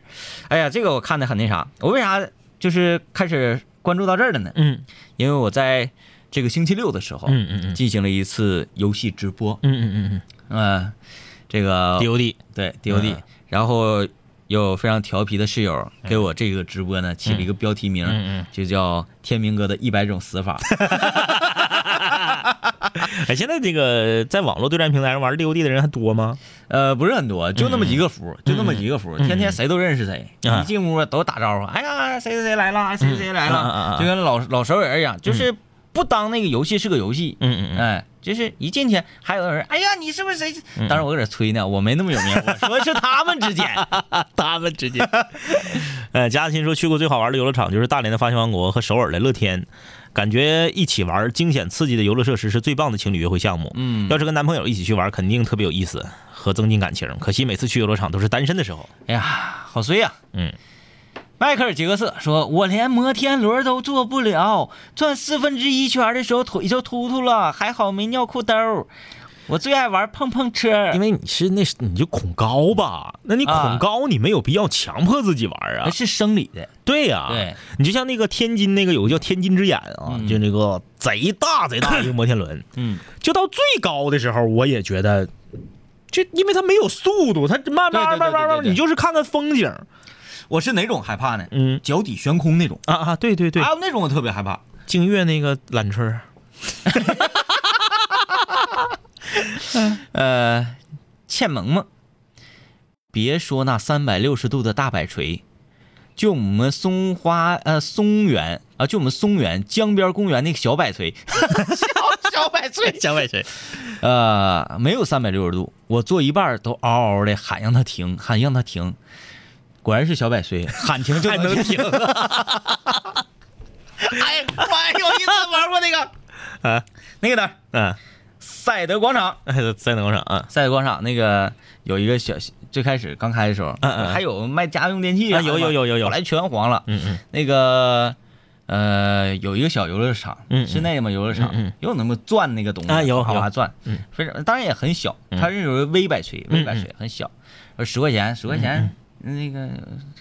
B: 哎呀，这个我看的很那啥，我为啥就是开始关注到这儿了呢？
C: 嗯
B: 因为我在这个星期六的时候，
C: 嗯嗯嗯
B: 进行了一次游戏直播，
C: 嗯嗯嗯
B: 嗯，这个
C: 嗯，DOD，
B: 对 DOD，、然后有非常调皮的室友给我这个直播呢起了一个标题名，
C: 嗯嗯
B: 就叫“天明哥的一百种死法”
C: 哎，现在这个在网络对战平台上玩 COD 的人还多吗？
B: 呃，不是很多，就那么几个
C: 嗯
B: 服，就那么几个服，天天谁都认识谁，
C: 啊
B: 一进屋都打招呼，哎呀，谁谁谁来了，哎谁谁谁来
C: 嗯啊啊
B: 了
C: 啊，
B: 就跟老老熟人一样，就是不当那个游戏是个游戏，
C: 嗯嗯嗯
B: 哎，就是一进去还有人，哎呀，你是不是谁？
C: 嗯
B: 当时我搁这吹呢，我没那么有名，我说是他们 之间，
C: 他们之间。呃，嘉欣说去过最好玩的游乐场就是大连的发现王国和首尔的乐天，感觉一起玩惊险刺激的游乐设施是最棒的情侣约会项目。
B: 嗯
C: 要是跟男朋友一起去玩，肯定特别有意思和增进感情。可惜每次去游乐场都是单身的时候。
B: 哎呀，好衰呀、
C: 嗯，
B: 迈克尔·杰克逊说：“我连摩天轮都做不了，转四分之一圈的时候腿就突突了，还好没尿裤兜。我最爱玩碰碰车，
C: 因为你是那你就恐高吧？那你
B: 哎啊
C: 恐高，你没有必要强迫自己玩啊
B: 那。哎是生理的。
C: 对呀、
B: 对
C: 你就像那个天津那个有个叫天津之眼啊，
B: 嗯
C: 就那个贼大贼大一个摩天轮，
B: 嗯，
C: 就到最高的时候，我也觉得，就因为它没有速度，它
B: 对对对
C: 慢慢慢慢
B: 对对
C: 慢，
B: 对
C: 你就是看看风景，
B: 我是哪种害怕呢？
C: 嗯
B: 脚底悬空那种，
C: 啊啊，对对对
B: 还，有那种我特别害怕。
C: 净月那个缆 车，
B: 呃，倩萌萌，别说那三百六十度的大摆锤，就我们松花呃松原啊、就我们松原江边公园那个小摆锤，
C: 小百岁，小百岁，
B: 呃，没有三百六十度，我做一半儿都嗷嗷的喊让他停，喊让他停，果然是小百岁，喊停就
C: 还能
B: 停。
C: 停？
B: 哎，我还有一次玩过那个，
C: 啊，
B: 那个哪儿，
C: 嗯，
B: 赛德广场，
C: 哎在能上啊，
B: 赛德广场那个有一个小，最开始刚开的时候，
C: 嗯嗯
B: 还有卖家用电器
C: 啊
B: 啥的
C: 有有有有有
B: 后来全黄了。
C: 嗯嗯，
B: 那个呃，有一个小游乐场，
C: 嗯嗯
B: 室内嘛游乐场，
C: 嗯嗯
B: 有那么转那个东西，
C: 啊有
B: 哗哗
C: 有
B: 转，
C: 嗯
B: 非常当然也很小，
C: 嗯
B: 它是有微摆锤，微摆
C: 嗯嗯
B: 锤很小，呃十块钱，十块钱，嗯那个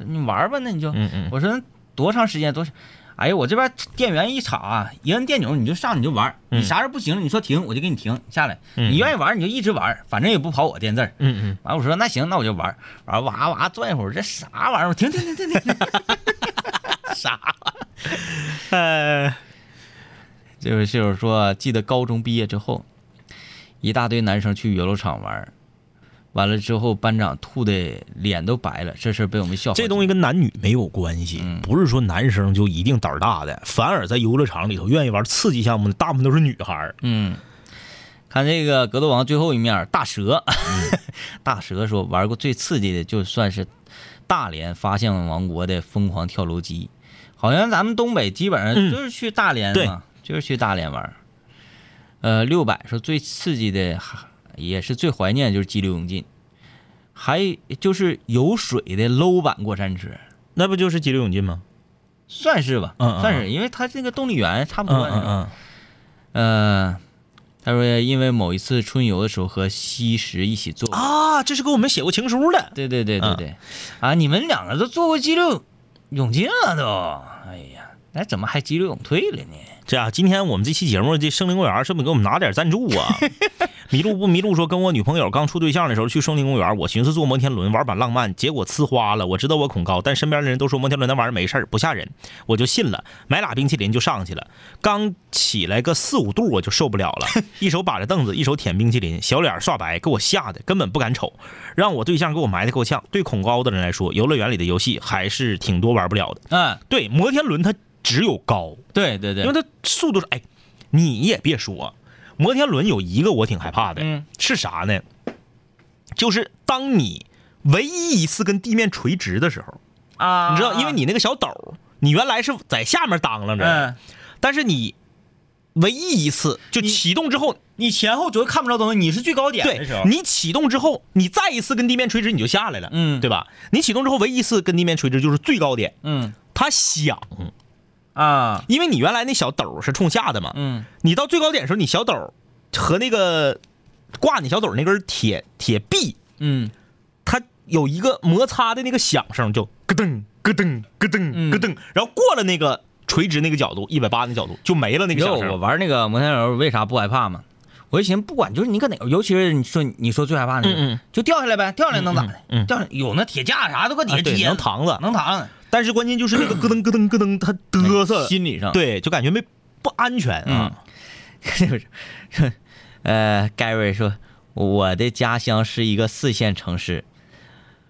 B: 你玩儿吧，那你就，
C: 嗯嗯
B: 我说多长时间多。哎呀，我这边电源一插啊，一摁电钮你就上你就玩儿，你
C: 嗯
B: 啥时候不行了你说停我就给你停下来，
C: 嗯
B: 你愿意玩儿你就一直玩儿，反正也不跑我垫字儿。
C: 嗯嗯，
B: 完我说那行那我就玩儿，完了哇哇转一会儿，这啥玩意儿？我停停停停停，
C: 呃，
B: 这位室友说，记得高中毕业之后，一大堆男生去游乐场玩儿，完了之后班长吐的脸都白了，这事儿被我们笑话。
C: 这东西跟男女没有关系，不是说男生就一定胆儿大的，反而在游乐场里头愿意玩刺激项目的，大部分都是女孩儿。
B: 嗯，看这个格斗王最后一面，大蛇，
C: 嗯
B: 大蛇说玩过最刺激的就算是大连发现王国的疯狂跳楼机，好像咱们东北基本上
C: 嗯
B: 就是去大连
C: 对
B: 嘛，就是去大连玩儿。呃，六百说最刺激的，哈也是最怀念的就是激流勇进，还就是有水的 low 版过山车，
C: 那不就是激流勇进吗？
B: 算是吧，
C: 嗯嗯
B: 算是，因为它这个动力源差不
C: 嗯
B: 多。
C: 嗯嗯，
B: 呃，他说因为某一次春游的时候和西石一起做过，
C: 啊，这是给我们写过情书的。
B: 对对对对
C: 嗯
B: 对，啊，你们两个都做过激流勇进了都，哎呀，那怎么还激流勇退了呢？
C: 这样，今天我们这期节目，这森林公园是不是给我们拿点赞助 啊？迷路不迷路说，跟我女朋友刚处对象的时候去森林公园，我寻思坐摩天轮玩把浪漫，结果呲花了。我知道我恐高，但身边的人都说摩天轮那玩意儿没事儿，不吓人，我就信了，买俩冰淇淋就上去了。刚起来个四五度，我就受不了 了，一手把着凳子，一手舔冰淇淋，小脸刷白，给我吓得根本不敢瞅，让我对象给我埋汰够呛。对恐高的人来说，游乐园里的游戏还是挺多玩不了的。
B: 啊，
C: 对，摩天轮它只有高。
B: 对对对
C: 因为，它速度是哎，你也别说，摩天轮有一个我挺害怕的，
B: 嗯
C: 是啥呢？就是当你唯一一次跟地面垂直的时候，
B: 啊
C: 你知道，因为你那个小斗儿，你原来是在下面当啷着的，
B: 嗯，
C: 但是你唯一一次就
B: 你
C: 启动之后，
B: 你前后左右看不着东西，你是最高点的
C: 对
B: 时候，
C: 你启动之后，你再一次跟地面垂直，你就下来了，
B: 嗯
C: 对吧？你启动之后，唯一一次跟地面垂直就是最高点，
B: 嗯
C: 它响，
B: 啊，
C: 因为你原来那小斗儿是冲下的嘛，
B: 嗯
C: 你到最高点的时候，你小斗儿和那个挂你小斗儿那根铁铁臂，
B: 嗯
C: 它有一个摩擦的那个响声，就咯噔咯噔咯
B: 嗯
C: 噔咯噔，然后过了那个垂直那个角度，一百八那角度就没了那
B: 你
C: 个
B: 知道
C: 响
B: 我
C: 声。
B: 玩那个摩天轮为啥不害怕吗？我就寻思，不管就是你搁哪个，尤其是你说你说最害怕那个，
C: 嗯嗯
B: 就掉下来呗，掉下来能咋的？
C: 嗯嗯嗯
B: 掉下来有那铁架啥都搁底
C: 啊，
B: 下
C: 对，
B: 接、
C: 能扛着，
B: 能躺上，
C: 但是关键哎
B: 哎
C: 就是那个咯噔咯噔咯噔，它嘚瑟，
B: 心理上。
C: 对，就感觉没不安全啊。
B: 不是， 呃，Gary 说，我的家乡是一个四线城市，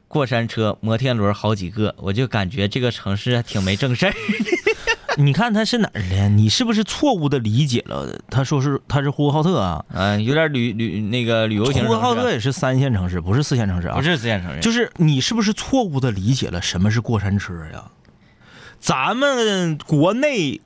B: 过山车、摩天轮好几个，我就感觉这个城市还挺没正事儿。
C: 你看他是哪儿的？你是不是错误的理解了？他说是他是呼和浩特啊，
B: 嗯、有点旅旅那个旅游型城市。
C: 呼和浩特也是三线城市，不是四线城市啊。
B: 不，是四线城市，
C: 就是你是不是错误的理解了什么是过山车呀？咱们国内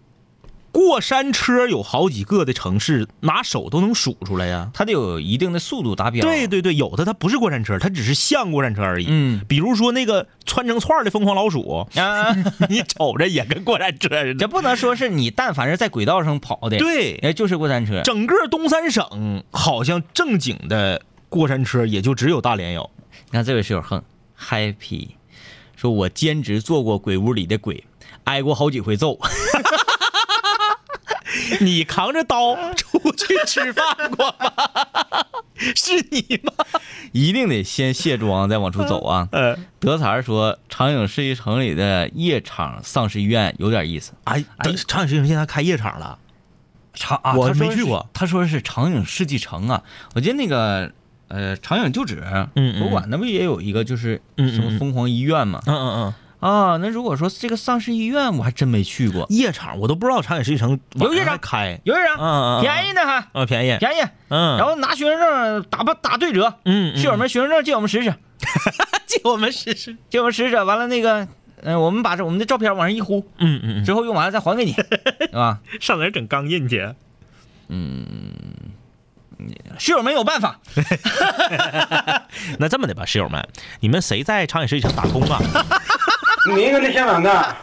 C: 过山车有好几个的城市，拿手都能数出来呀。
B: 它得有一定的速度达标。啊
C: 对，对对，有的它不是过山车，它只是像过山车而已。
B: 嗯
C: 比如说那个穿成串儿的疯狂老鼠，
B: 啊，
C: 你瞅着也跟过山车似
B: 这
C: 的。
B: 不能说是你，但凡是在轨道上跑的，，
C: 对，
B: 哎，就是过山车。
C: 整个东三省好像正经的过山车也就只有大连有。
B: 你看这位室友横 happy，说我兼职做过鬼屋里的鬼，挨过好几回揍。
C: 你扛着刀出去吃饭过吗？是你吗？。
B: 一定得先卸妆再往出走啊
C: 呃，
B: 德才说，长影市一城里的夜场丧尸医院有点意思。
C: 哎，等长影视城现在开夜场了，
B: 长啊，
C: 我
B: 他说
C: 没
B: 是
C: 去过
B: 他说是长影世纪城啊，我记得那个呃长影旧址
C: 嗯嗯
B: 博物馆那不也有一个就是
C: 嗯嗯
B: 什么疯狂医院嘛？
C: 嗯嗯嗯，
B: 啊，那如果说这个丧尸医院，我还真没去过。
C: 夜场我都不知道长影视城晚
B: 有夜
C: 上
B: 场
C: 还开，
B: 有人
C: 嗯嗯嗯，
B: 便宜呢还
C: 啊便宜，
B: 便宜，
C: 嗯，
B: 然后拿学生证打不打对折？
C: 嗯嗯
B: 室友们学生证借我们使使，
C: 借我们试试，
B: 借我们使使。完了那个，嗯，我们把这我们的照片往上一呼，
C: 嗯嗯
B: 之后用完了再还给 你，对吧？
C: 嗯，上哪儿整钢印去？
B: 室友们有办法，
C: 那这么的吧，室友们，你们谁在长影视城打工啊？
G: 哪个在香港的？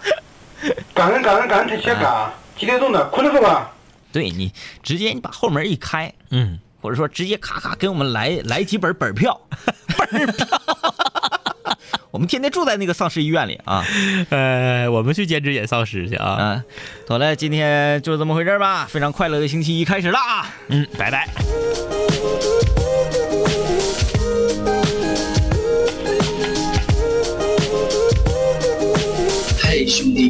G: 感恩感恩感恩在香港，激动的，快乐个吧。
B: 对你直接你把后门一开，
C: 嗯，
B: 或者说直接咔咔给我们来来几本本 票，本票。 我们天天住在那个丧尸医院里 啊，
C: 呃，我们去兼职演丧尸去啊。
B: 啊，好了，今天就这么回事儿吧，非常快乐的星期一开始了啊。
C: 嗯，拜拜。
H: 嘿，兄弟，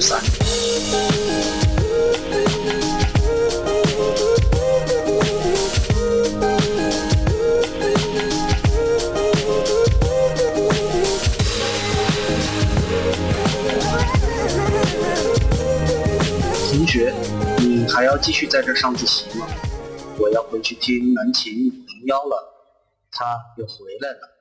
H: 三。同学，你还要继续在这儿上自习吗？我要回去听南琴五零幺了，他又回来了。